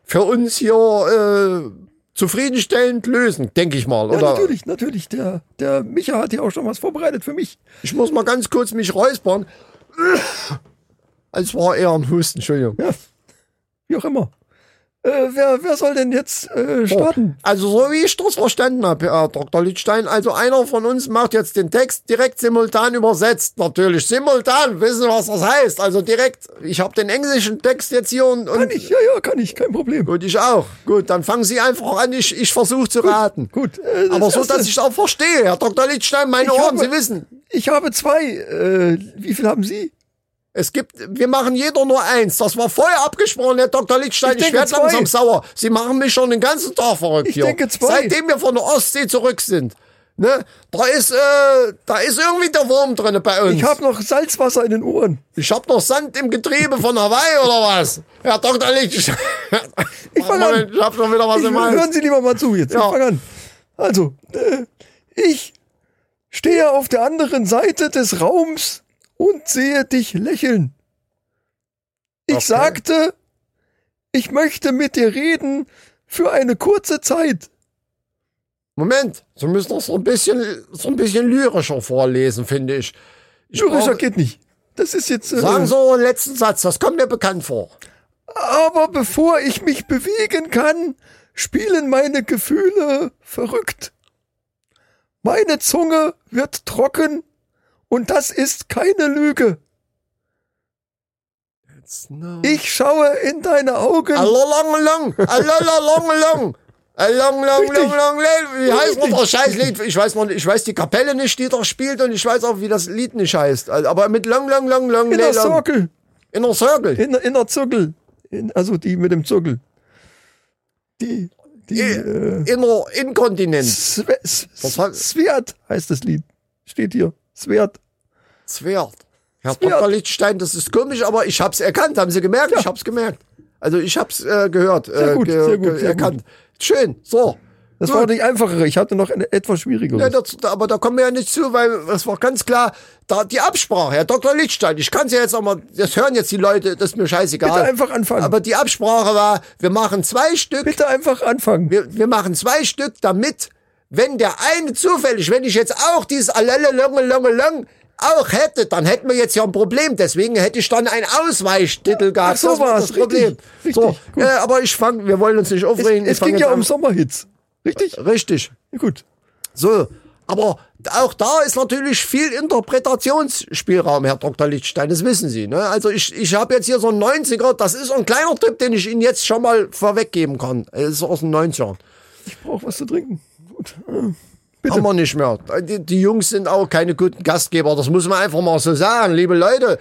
Speaker 3: für uns hier äh, zufriedenstellend lösen, denke ich mal.
Speaker 4: Ja,
Speaker 3: oder?
Speaker 4: natürlich, natürlich. Der, der Micha hat hier auch schon was vorbereitet für mich.
Speaker 3: Ich muss mal ganz kurz mich räuspern. Es war eher ein Husten, Entschuldigung.
Speaker 4: Ja. Wie auch immer. Äh, wer, wer soll denn jetzt äh, starten?
Speaker 3: Also so wie ich das verstanden habe, Herr Dr. Liedstein, also einer von uns macht jetzt den Text direkt simultan übersetzt, natürlich. Simultan, wissen Sie, was das heißt? Also direkt, ich habe den englischen Text jetzt hier und,
Speaker 4: Kann
Speaker 3: und,
Speaker 4: ich, ja, ja, kann ich, kein Problem.
Speaker 3: und ich auch. Gut, dann fangen Sie einfach an, ich, ich versuche zu raten.
Speaker 4: Gut. Äh, das
Speaker 3: Aber so,
Speaker 4: erste-
Speaker 3: dass ich auch verstehe, Herr Dr. Liedstein, meine
Speaker 4: Ich
Speaker 3: Ohren,
Speaker 4: hoffe-
Speaker 3: Sie wissen,
Speaker 4: Ich habe zwei. Äh, wie viel haben Sie?
Speaker 3: es gibt, wir machen jeder nur eins. Das war vorher abgesprochen, Herr Dr. Liedstein.
Speaker 4: Ich
Speaker 3: Ich,
Speaker 4: denke
Speaker 3: werd werde langsam
Speaker 4: zwei.
Speaker 3: sauer. Sie machen mich schon den ganzen Tag verrückt
Speaker 4: Ich
Speaker 3: hier.
Speaker 4: denke zwei.
Speaker 3: Seitdem wir von der Ostsee zurück sind. Ne? Da ist, äh, da ist irgendwie der Wurm drinne bei uns.
Speaker 4: Ich habe noch Salzwasser in den Ohren.
Speaker 3: ich hab noch Sand im Getriebe von Hawaii oder was? Herr Dr. Liedstein.
Speaker 4: Ich fang
Speaker 3: Moment,
Speaker 4: an.
Speaker 3: ich hab schon wieder was
Speaker 4: Ich,
Speaker 3: im Hals.
Speaker 4: hören Sie lieber mal zu jetzt.
Speaker 3: Ja.
Speaker 4: Ich fang an. Also, äh, ich stehe auf der anderen Seite des Raums und sehe dich lächeln. Ich
Speaker 3: Okay.
Speaker 4: sagte, ich möchte mit dir reden für eine kurze Zeit.
Speaker 3: Moment, Sie müssen das so ein bisschen, so ein bisschen lyrischer vorlesen, finde ich. ich
Speaker 4: Jurischer
Speaker 3: brauche-
Speaker 4: geht nicht. Das ist jetzt. äh,
Speaker 3: Sagen Sie Ihren letzten Satz, das kommt mir bekannt vor.
Speaker 4: Aber bevor ich mich bewegen kann, spielen meine Gefühle verrückt. Meine Zunge wird trocken und das ist keine Lüge. Ich schaue in deine Augen.
Speaker 3: Also, Allalong, long, allalong, long. Along, long,
Speaker 4: Richtig.
Speaker 3: long, long, long. Wie heißt noch
Speaker 4: Richtig.
Speaker 3: das Scheißlied? Ich weiß, noch, nicht- ich weiß die Kapelle nicht, die das spielt, und ich weiß auch, wie das Lied nicht heißt. Also, Aber mit long, long, long, long,
Speaker 4: Inner
Speaker 3: lay long.
Speaker 4: Circle.
Speaker 3: Inner Circle.
Speaker 4: Inner, inner Zirkel. In, also die mit dem Zirkel. Die, die, äh,
Speaker 3: Inner Inkontinent.
Speaker 4: Sve, S-
Speaker 3: Was war-
Speaker 4: Svert heißt das Lied. Steht hier. Svert.
Speaker 3: Zwert. Herr
Speaker 4: Zwert.
Speaker 3: Dr. Lichtstein, das ist komisch, aber ich hab's erkannt. Haben Sie gemerkt? Ich hab's gemerkt. Also ich hab's äh, gehört. äh,
Speaker 4: gut,
Speaker 3: ge
Speaker 4: sehr gut, sehr
Speaker 3: erkannt. Schön. So.
Speaker 4: Das war die einfachere. Ich hatte noch eine etwas schwierigere.
Speaker 3: Ja, das, aber da kommen wir ja nicht zu, weil es war ganz klar, da die Absprache, Herr Dr. Lichtstein, ich kann es ja jetzt auch mal, das hören jetzt die Leute, das ist mir scheißegal.
Speaker 4: Bitte einfach anfangen.
Speaker 3: Aber die Absprache war, wir machen zwei Stück,
Speaker 4: Bitte einfach anfangen.
Speaker 3: wir, wir machen zwei Stück, damit, wenn der eine zufällig, wenn ich jetzt auch dieses Allele Longe Longe Long auch hätte, dann hätten wir jetzt ja ein Problem. Deswegen hätte ich dann einen Ausweichtitel gehabt.
Speaker 4: Ach so
Speaker 3: das war
Speaker 4: war's,
Speaker 3: das Problem.
Speaker 4: richtig,
Speaker 3: so,
Speaker 4: richtig, gut.
Speaker 3: äh, aber ich fange, wir wollen uns nicht
Speaker 4: Es,
Speaker 3: aufregen.
Speaker 4: es
Speaker 3: ich fang
Speaker 4: ging
Speaker 3: jetzt
Speaker 4: ja
Speaker 3: an.
Speaker 4: um Sommerhits. Richtig?
Speaker 3: Richtig.
Speaker 4: Gut.
Speaker 3: So, aber auch da ist natürlich viel Interpretationsspielraum, Herr Dr. Lichtstein, das wissen Sie. Ne? Also ich, ich habe jetzt hier so einen 90er, das ist so ein kleiner Tipp, den ich Ihnen jetzt schon mal vorweggeben kann. Es ist aus den 90ern.
Speaker 4: Ich brauche was zu trinken. Gut.
Speaker 3: Haben wir nicht mehr. Die, die Jungs sind auch keine guten Gastgeber, das muss man einfach mal so sagen. Liebe Leute,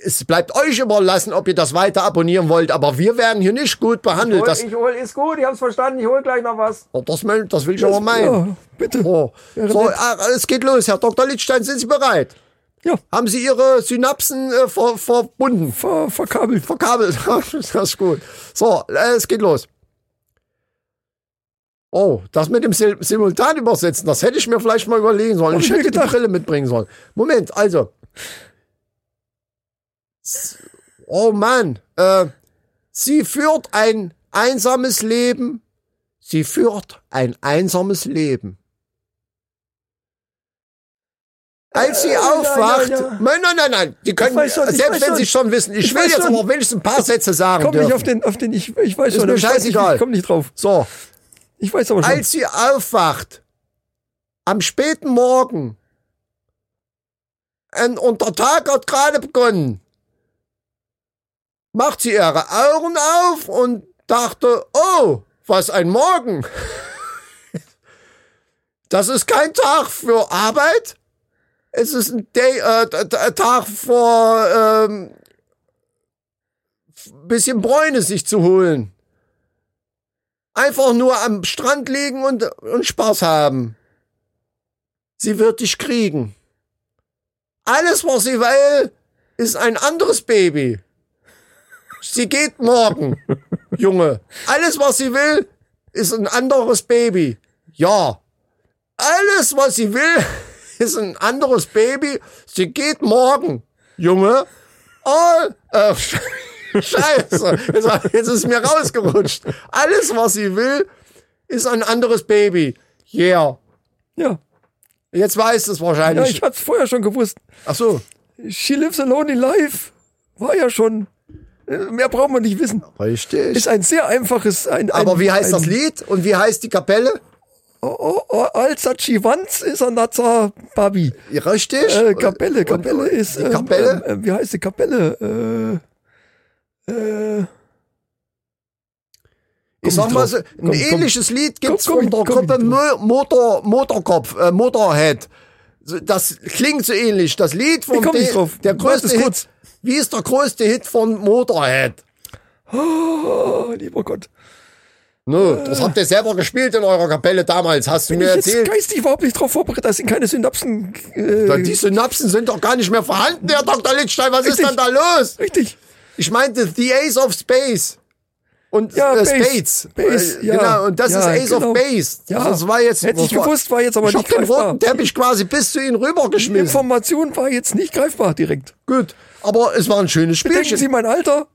Speaker 3: es bleibt euch überlassen, ob ihr das weiter abonnieren wollt, aber wir werden hier nicht gut behandelt. Das,
Speaker 4: hol, ist gut, ich hab's verstanden, ich hol gleich noch was.
Speaker 3: Oh, das, mein- das will ich aber meinen.
Speaker 4: Ja, bitte.
Speaker 3: So,
Speaker 4: Wäre
Speaker 3: so
Speaker 4: nett.
Speaker 3: ah, es geht los, Herr Dr. Lichtstein, sind Sie bereit?
Speaker 4: Ja,
Speaker 3: haben sie ihre Synapsen äh, ver verbunden,
Speaker 4: ver verkabelt.
Speaker 3: verkabelt. (laughs) das ist gut. So, äh, es geht los. Oh, das mit dem Sil simultan übersetzen, das hätte ich mir vielleicht mal überlegen sollen.
Speaker 4: Hab
Speaker 3: Ich
Speaker 4: ich mir
Speaker 3: hätte die
Speaker 4: gedacht.
Speaker 3: Brille mitbringen sollen. Moment, also. S- Oh Mann, äh, sie führt ein einsames Leben. Sie führt ein einsames Leben. Als sie
Speaker 4: Äh, ja,
Speaker 3: aufwacht,
Speaker 4: ja, ja.
Speaker 3: nein, nein, nein, nein, die können,
Speaker 4: weiß schon, ich
Speaker 3: selbst
Speaker 4: weiß
Speaker 3: wenn
Speaker 4: schon.
Speaker 3: sie schon wissen, ich,
Speaker 4: Ich
Speaker 3: will
Speaker 4: weiß
Speaker 3: jetzt
Speaker 4: schon.
Speaker 3: aber wenigstens ein paar Sätze sagen
Speaker 4: Komm
Speaker 3: dürfen.
Speaker 4: nicht auf den, auf den, ich, ich weiß
Speaker 3: Ist
Speaker 4: schon.
Speaker 3: mir
Speaker 4: aber ich weiß nicht,
Speaker 3: scheißegal.
Speaker 4: Ich komm nicht drauf.
Speaker 3: So,
Speaker 4: Ich weiß aber schon.
Speaker 3: als sie aufwacht, am späten Morgen, ein Untertag hat gerade begonnen, macht sie ihre Augen auf und dachte, oh, was ein Morgen. (laughs) Das ist kein Tag für Arbeit. Es ist ein Day, äh, t- t- Tag vor ähm, f- bisschen Bräune sich zu holen einfach nur am Strand liegen und, und Spaß haben. Sie wird dich kriegen. Alles, was sie will, ist ein anderes Baby. Sie geht
Speaker 4: (laughs)
Speaker 3: morgen, Junge. Alles, was sie will, ist ein anderes Baby. Ja. Alles, was sie will, (laughs) ist ein anderes Baby. Sie geht morgen, Junge. Oh, äh, (laughs) Scheiße, jetzt, war- jetzt ist mir rausgerutscht. Alles, was sie will, ist ein anderes Baby. Yeah.
Speaker 4: ja.
Speaker 3: Jetzt weiß es
Speaker 4: ja,
Speaker 3: wahrscheinlich.
Speaker 4: ich hab's vorher schon gewusst.
Speaker 3: Ach so.
Speaker 4: She lives a lonely life. War ja schon. äh, Mehr braucht man nicht wissen.
Speaker 3: Richtig.
Speaker 4: Ist ein sehr einfaches. Ein, ein,
Speaker 3: Aber wie heißt
Speaker 4: ein,
Speaker 3: das Lied und wie heißt die Kapelle?
Speaker 4: Oh, oh, Alza Chivanz ist ein Nazar Babi.
Speaker 3: Richtig.
Speaker 4: Äh, Kapelle, Kapelle
Speaker 3: und,
Speaker 4: ist.
Speaker 3: Die
Speaker 4: ähm,
Speaker 3: Kapelle?
Speaker 4: Ähm, äh, wie heißt die Kapelle? Äh, äh,
Speaker 3: ich
Speaker 4: komm
Speaker 3: sag mal
Speaker 4: drauf.
Speaker 3: so, ein
Speaker 4: Komm, komm.
Speaker 3: ähnliches Lied gibt's
Speaker 4: Komm, komm,
Speaker 3: unter
Speaker 4: komm,
Speaker 3: Gruppe
Speaker 4: komm.
Speaker 3: Mo- Motor, Motorkopf, äh, Motorhead. So, Das klingt so ähnlich. Das Lied von
Speaker 4: Ich komm
Speaker 3: de-
Speaker 4: nicht drauf.
Speaker 3: der
Speaker 4: Warte
Speaker 3: größte Hit.
Speaker 4: kurz.
Speaker 3: Wie ist der größte Hit von Motorhead?
Speaker 4: oh, lieber Gott.
Speaker 3: Nö, das habt ihr selber gespielt in eurer Kapelle damals, hast du
Speaker 4: Bin
Speaker 3: mir
Speaker 4: ich jetzt
Speaker 3: erzählt.
Speaker 4: geistig überhaupt nicht drauf vorbereitet, da sind keine Synapsen. Äh,
Speaker 3: Na, Die Synapsen sind doch gar nicht mehr vorhanden, Herr Dr. Lichtstein, was ist
Speaker 4: Richtig.
Speaker 3: denn da los?
Speaker 4: richtig.
Speaker 3: Ich meinte The Ace of Space. und
Speaker 4: Ja,
Speaker 3: äh,
Speaker 4: Base.
Speaker 3: Spades.
Speaker 4: Base,
Speaker 3: Äh,
Speaker 4: ja.
Speaker 3: Genau, und das
Speaker 4: Ja,
Speaker 3: ist Ace
Speaker 4: genau.
Speaker 3: of Base. Also,
Speaker 4: Ja.
Speaker 3: Das war jetzt,
Speaker 4: Hätte ich
Speaker 3: das war-
Speaker 4: gewusst, war jetzt aber
Speaker 3: ich
Speaker 4: nicht
Speaker 3: hab den
Speaker 4: greifbar.
Speaker 3: roten Teppich quasi bis zu ihnen
Speaker 4: Die
Speaker 3: rübergeschmissen.
Speaker 4: Information war jetzt nicht greifbar direkt.
Speaker 3: Gut, aber es war ein schönes
Speaker 4: Bedenken Sie
Speaker 3: Spielchen.
Speaker 4: mein Alter?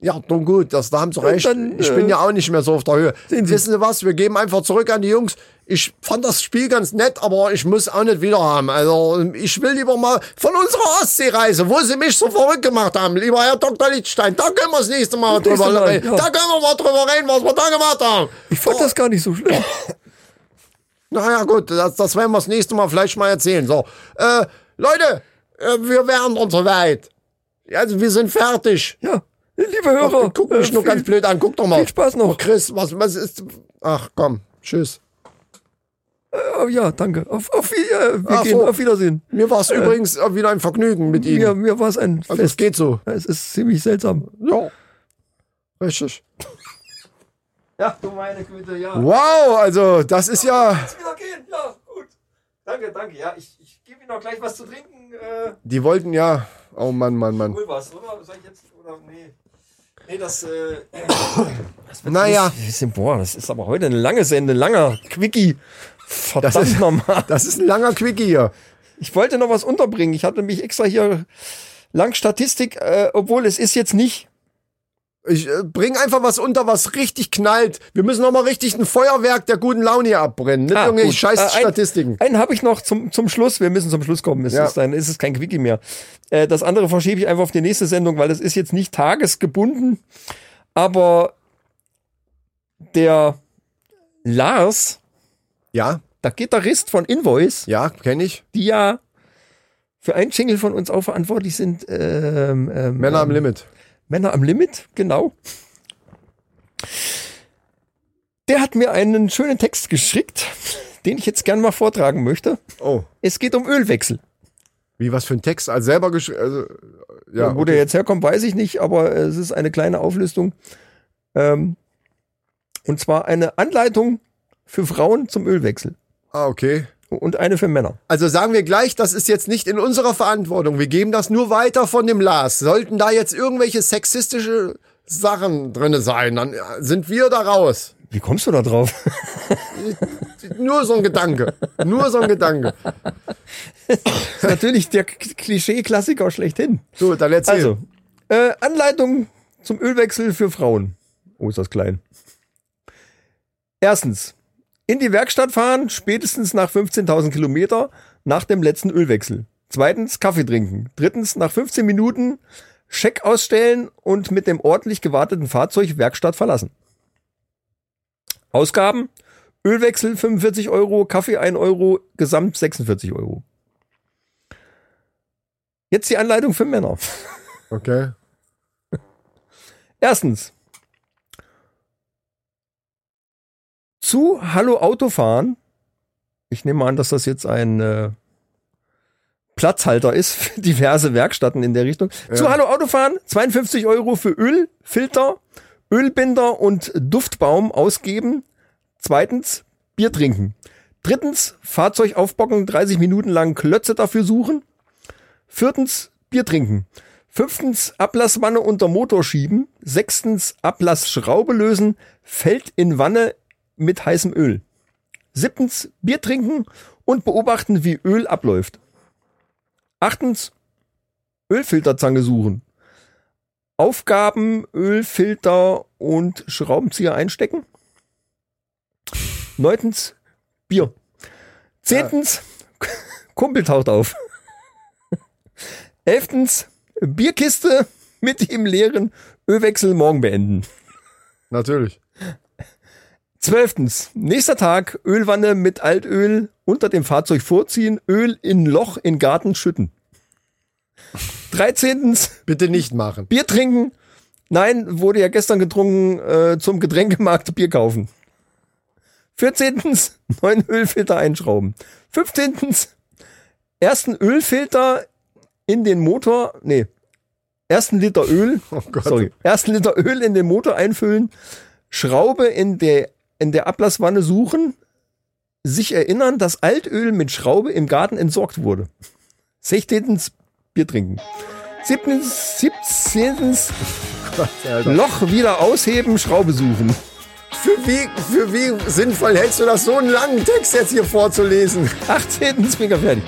Speaker 3: Ja, nun gut, das, da haben sie
Speaker 4: Und
Speaker 3: recht.
Speaker 4: dann,
Speaker 3: ich
Speaker 4: äh,
Speaker 3: bin ja auch nicht mehr so auf der Höhe.
Speaker 4: sehen Sie.
Speaker 3: Wissen Sie was, wir geben einfach zurück an die Jungs. Ich fand das Spiel ganz nett, aber ich muss auch nicht wieder haben. Also ich will lieber mal von unserer Ostseereise, wo Sie mich so verrückt gemacht haben, lieber Herr Dr. Lichtstein, da können wir das nächste Mal
Speaker 4: Das nächste
Speaker 3: drüber
Speaker 4: Mal,
Speaker 3: reden.
Speaker 4: ja.
Speaker 3: Da können wir mal drüber reden, was wir da gemacht haben.
Speaker 4: Ich fand das gar nicht so schlimm.
Speaker 3: Naja, gut, das, das werden wir das nächste Mal vielleicht mal erzählen. So, äh, Leute, äh, wir wären uns weit. Also wir sind fertig.
Speaker 4: Ja. Liebe Hörer.
Speaker 3: Guck mich
Speaker 4: äh,
Speaker 3: nur
Speaker 4: viel-
Speaker 3: ganz blöd an. Guck doch mal.
Speaker 4: viel Spaß noch.
Speaker 3: Oh, Chris, was, was ist. Ach komm, tschüss.
Speaker 4: Oh, ja, danke. Auf, auf, Wie- äh, wir
Speaker 3: Ach
Speaker 4: gehen.
Speaker 3: so.
Speaker 4: auf Wiedersehen.
Speaker 3: Mir war es übrigens auch wieder ein Vergnügen mit Ihnen.
Speaker 4: Äh. Mir, mir war es ein
Speaker 3: also, es
Speaker 4: Fest.
Speaker 3: geht so.
Speaker 4: Es ist ziemlich seltsam.
Speaker 3: Ja. Richtig.
Speaker 4: Ja, du meine Güte, ja.
Speaker 3: Wow, also das ist ja.
Speaker 4: wieder gehen. Ja, gut. Danke, danke. Ja, ich, ich gebe Ihnen noch gleich was zu trinken. Äh,
Speaker 3: Die wollten ja. Oh Mann, Mann, Mann.
Speaker 4: hol was, oder? Soll ich jetzt? Oder nee. Nee, das, äh,
Speaker 3: Naja,
Speaker 4: Boah, das ist aber heute eine lange Sende, ein langer Quickie. Verdammt
Speaker 3: Das ist-
Speaker 4: nochmal.
Speaker 3: das ist ein langer Quickie hier.
Speaker 4: Ich wollte noch was unterbringen. Ich hatte mich extra hier lang Statistik, äh, obwohl es ist jetzt nicht.
Speaker 3: Ich äh, bring einfach was unter, was richtig knallt. Wir müssen nochmal richtig ein Feuerwerk der guten Laune hier abbrennen. Nicht
Speaker 4: Ah,
Speaker 3: irgendwie
Speaker 4: gut.
Speaker 3: scheiß
Speaker 4: Äh, ein-
Speaker 3: Statistiken.
Speaker 4: Einen habe ich noch zum, zum Schluss. Wir müssen zum Schluss kommen. Es
Speaker 3: Ja.
Speaker 4: ist dann ist es kein Quickie mehr. Äh, das andere verschiebe ich einfach auf die nächste Sendung, weil es ist jetzt nicht tagesgebunden. Aber der Lars,
Speaker 3: Ja,
Speaker 4: der Gitarrist von Invoice,
Speaker 3: ja, kenne ich.
Speaker 4: die ja für einen Jingle von uns auch verantwortlich sind, ähm, ähm,
Speaker 3: Männer am
Speaker 4: ähm,
Speaker 3: Limit.
Speaker 4: Männer am Limit, genau. Der hat mir einen schönen Text geschickt, den ich jetzt gern mal vortragen möchte.
Speaker 3: Oh.
Speaker 4: Es geht um Ölwechsel.
Speaker 3: Wie was für ein Text? Also selber geschrieben. Also, ja,
Speaker 4: Wo der jetzt herkommt, weiß ich nicht, aber es ist eine kleine Auflistung. Ähm, und zwar eine Anleitung für Frauen zum Ölwechsel
Speaker 3: Ah, okay.
Speaker 4: und eine für Männer.
Speaker 3: Also sagen wir gleich, das ist jetzt nicht in unserer Verantwortung. Wir geben das nur weiter von dem Lars. Sollten da jetzt irgendwelche sexistische Sachen drinne sein, dann äh, sind wir da raus. (laughs)
Speaker 4: Wie kommst du da drauf?
Speaker 3: Nur so ein Gedanke. Nur so ein Gedanke.
Speaker 4: Das ist natürlich der K- Klischee-Klassiker schlechthin.
Speaker 3: So, dann erzähl.
Speaker 4: Also, äh, Anleitung zum Ölwechsel für Frauen. Oh, ist das klein. Erstens, in die Werkstatt fahren, spätestens nach 15.000 Kilometer nach dem letzten Ölwechsel. Zweitens, Kaffee trinken. Drittens, nach 15 Minuten Scheck ausstellen und mit dem ordentlich gewarteten Fahrzeug Werkstatt verlassen. Ausgaben, Ölwechsel 45 Euro, Kaffee 1 Euro, Gesamt 46 Euro. Jetzt die Anleitung für Männer.
Speaker 3: Okay.
Speaker 4: Erstens. Zu Hallo Autofahren. Ich nehme an, dass das jetzt ein äh, Platzhalter ist für diverse Werkstätten in der Richtung. Zu Hallo Autofahren, 52 Euro für Öl, Filter, Ölbinder und Duftbaum ausgeben. Zweitens, Bier trinken. Drittens, Fahrzeug aufbocken, 30 Minuten lang Klötze dafür suchen. Viertens, Bier trinken. Fünftens, Ablasswanne unter Motor schieben. Sechstens, Ablassschraube lösen. Fällt in Wanne mit heißem Öl. Siebtens, Bier trinken und beobachten, wie Öl abläuft. Achtens, Ölfilterzange suchen. Aufgaben, Ölfilter und Schraubenzieher einstecken. Neuntens, Bier. Zehntens, (laughs) Kumpel taucht auf. Elftens, Bierkiste mit dem leeren Ölwechsel morgen beenden.
Speaker 3: Natürlich.
Speaker 4: Zwölftens, nächster Tag, Ölwanne mit Altöl unter dem Fahrzeug vorziehen, Öl in Loch in Garten schütten. Dreizehntens,
Speaker 3: Bitte nicht machen.
Speaker 4: Bier trinken. Nein, wurde ja gestern getrunken, äh, zum Getränkemarkt Bier kaufen. Vierzehntens, neuen Ölfilter einschrauben. Fünfzehntens, ersten Ölfilter in den Motor, nee, ersten Liter Öl
Speaker 3: Oh Gott.
Speaker 4: Sorry. Ersten Liter Öl in den Motor einfüllen, Schraube in der, in der Ablasswanne suchen, sich erinnern, dass Altöl mit Schraube im Garten entsorgt wurde.
Speaker 3: (laughs)
Speaker 4: 16. Bier trinken. 17. 17.
Speaker 3: Alter.
Speaker 4: Loch wieder ausheben, Schraube suchen.
Speaker 3: Für wie, für wie sinnvoll hältst du das, so einen langen Text jetzt hier vorzulesen?
Speaker 4: 18. Zwinger fertig.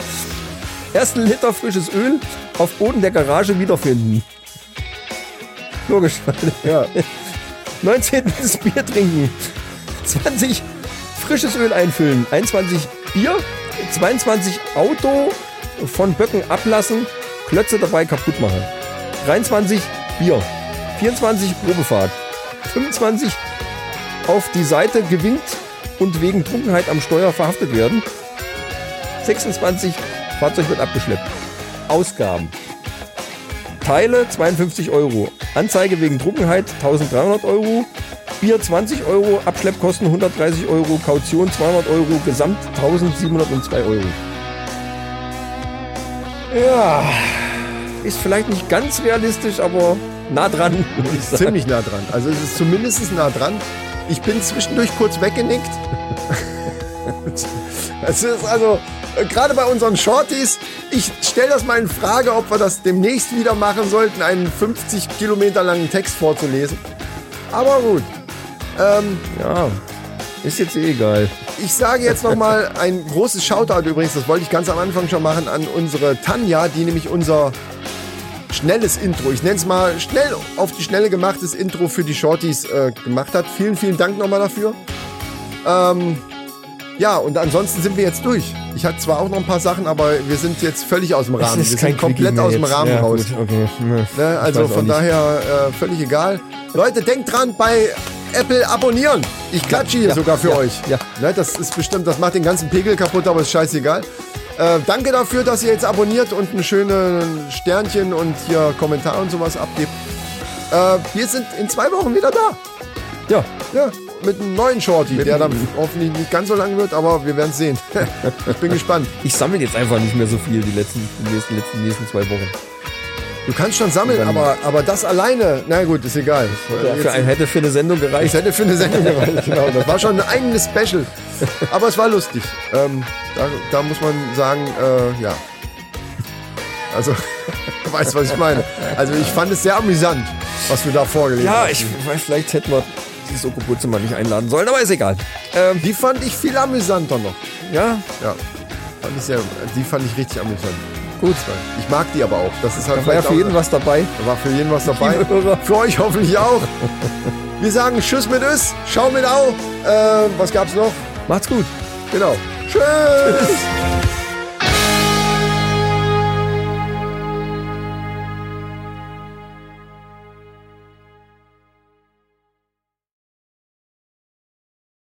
Speaker 4: Ersten Liter frisches Öl auf Boden der Garage wiederfinden. Logisch. (laughs)
Speaker 3: Ja.
Speaker 4: 19. Bier trinken. 20. Frisches Öl einfüllen. 21. Bier. 22. Auto von Böcken ablassen. Klötze dabei kaputt machen. 23. Bier. 24. Probefahrt. 25. Auf die Seite gewinkt und wegen Trunkenheit am Steuer verhaftet werden. 26. Fahrzeug wird abgeschleppt. Ausgaben. Teile 52 Euro. Anzeige wegen Trunkenheit 1300 Euro. Bier 20 Euro. Abschleppkosten 130 Euro. Kaution 200 Euro. Gesamt 1702 Euro. Ja, ist vielleicht nicht ganz realistisch, aber nah dran.
Speaker 3: (laughs)
Speaker 4: würde ich sagen.
Speaker 3: Ziemlich nah dran. Also es ist zumindest nah dran. Ich bin zwischendurch kurz weggenickt. (laughs) Es ist also, äh, gerade bei unseren Shorties, ich stelle das mal in Frage, ob wir das demnächst wieder machen sollten, einen 50 Kilometer langen Text vorzulesen. Aber gut. Ähm,
Speaker 4: Ja, ist jetzt eh egal.
Speaker 3: ich sage jetzt nochmal ein großes Shoutout übrigens, das wollte ich ganz am Anfang schon machen, an unsere Tanja, die nämlich unser schnelles Intro, ich nenne es mal schnell auf die Schnelle gemachtes Intro für die Shorties äh, gemacht hat. Vielen, vielen Dank nochmal dafür. Ähm, ja, und ansonsten sind wir jetzt durch. Ich hatte zwar auch noch ein paar Sachen, aber wir sind jetzt völlig aus dem Rahmen. Wir sind komplett aus dem Rahmen raus.
Speaker 4: okay. Hm,
Speaker 3: Ne? Also
Speaker 4: weiß auch
Speaker 3: von
Speaker 4: nicht.
Speaker 3: daher äh, völlig egal. Leute, denkt dran bei Apple abonnieren. Ich klatsche hier
Speaker 4: ja,
Speaker 3: sogar für
Speaker 4: ja,
Speaker 3: euch.
Speaker 4: ja.
Speaker 3: Ne? Das ist bestimmt, das macht den ganzen Pegel kaputt, aber ist scheißegal. Äh, danke dafür, dass ihr jetzt abonniert und ein schönes Sternchen und hier Kommentar und sowas abgebt. Äh, wir sind in zwei Wochen wieder da.
Speaker 4: Ja,
Speaker 3: Ja, mit einem neuen Shorty,
Speaker 4: Mit
Speaker 3: der dann
Speaker 4: einem-
Speaker 3: hoffentlich nicht ganz so lang wird, aber wir werden es sehen. (laughs) ich bin gespannt.
Speaker 4: ich sammle jetzt einfach nicht mehr so viel die letzten, die nächsten, letzten, nächsten zwei Wochen.
Speaker 3: Du kannst schon sammeln,
Speaker 4: Dann-
Speaker 3: aber, aber das alleine, na gut, ist egal. Äh,
Speaker 4: Für
Speaker 3: jetzt-
Speaker 4: ein, hätte für eine Sendung
Speaker 3: Ich
Speaker 4: gereicht.
Speaker 3: hätte für eine Sendung gereicht, genau. Das war schon ein eigenes Special. Aber es war lustig. Ähm, da, da muss man sagen, äh, ja. Also, (laughs) du weißt, was ich meine. Also, ich fand es sehr amüsant, was wir da vorgelesen
Speaker 4: Ja,
Speaker 3: haben.
Speaker 4: ich weiß, vielleicht hätten wir die Soko Butzemann nicht einladen sollen, aber ist egal. Ähm,
Speaker 3: Die fand ich viel amüsanter noch.
Speaker 4: ja,
Speaker 3: Ja. Fand ich sehr, die fand ich richtig amüsant.
Speaker 4: gut.
Speaker 3: Ich mag die aber auch. Das ist halt
Speaker 4: Da war ja
Speaker 3: vielleicht
Speaker 4: für
Speaker 3: auch-
Speaker 4: jeden was dabei.
Speaker 3: Da war für jeden was dabei.
Speaker 4: Liebe Hörer.
Speaker 3: Für euch hoffentlich auch. Wir sagen Tschüss mit Ös, Schau mit Au. Äh, was gab's noch?
Speaker 4: Macht's gut.
Speaker 3: Genau. Tschüss.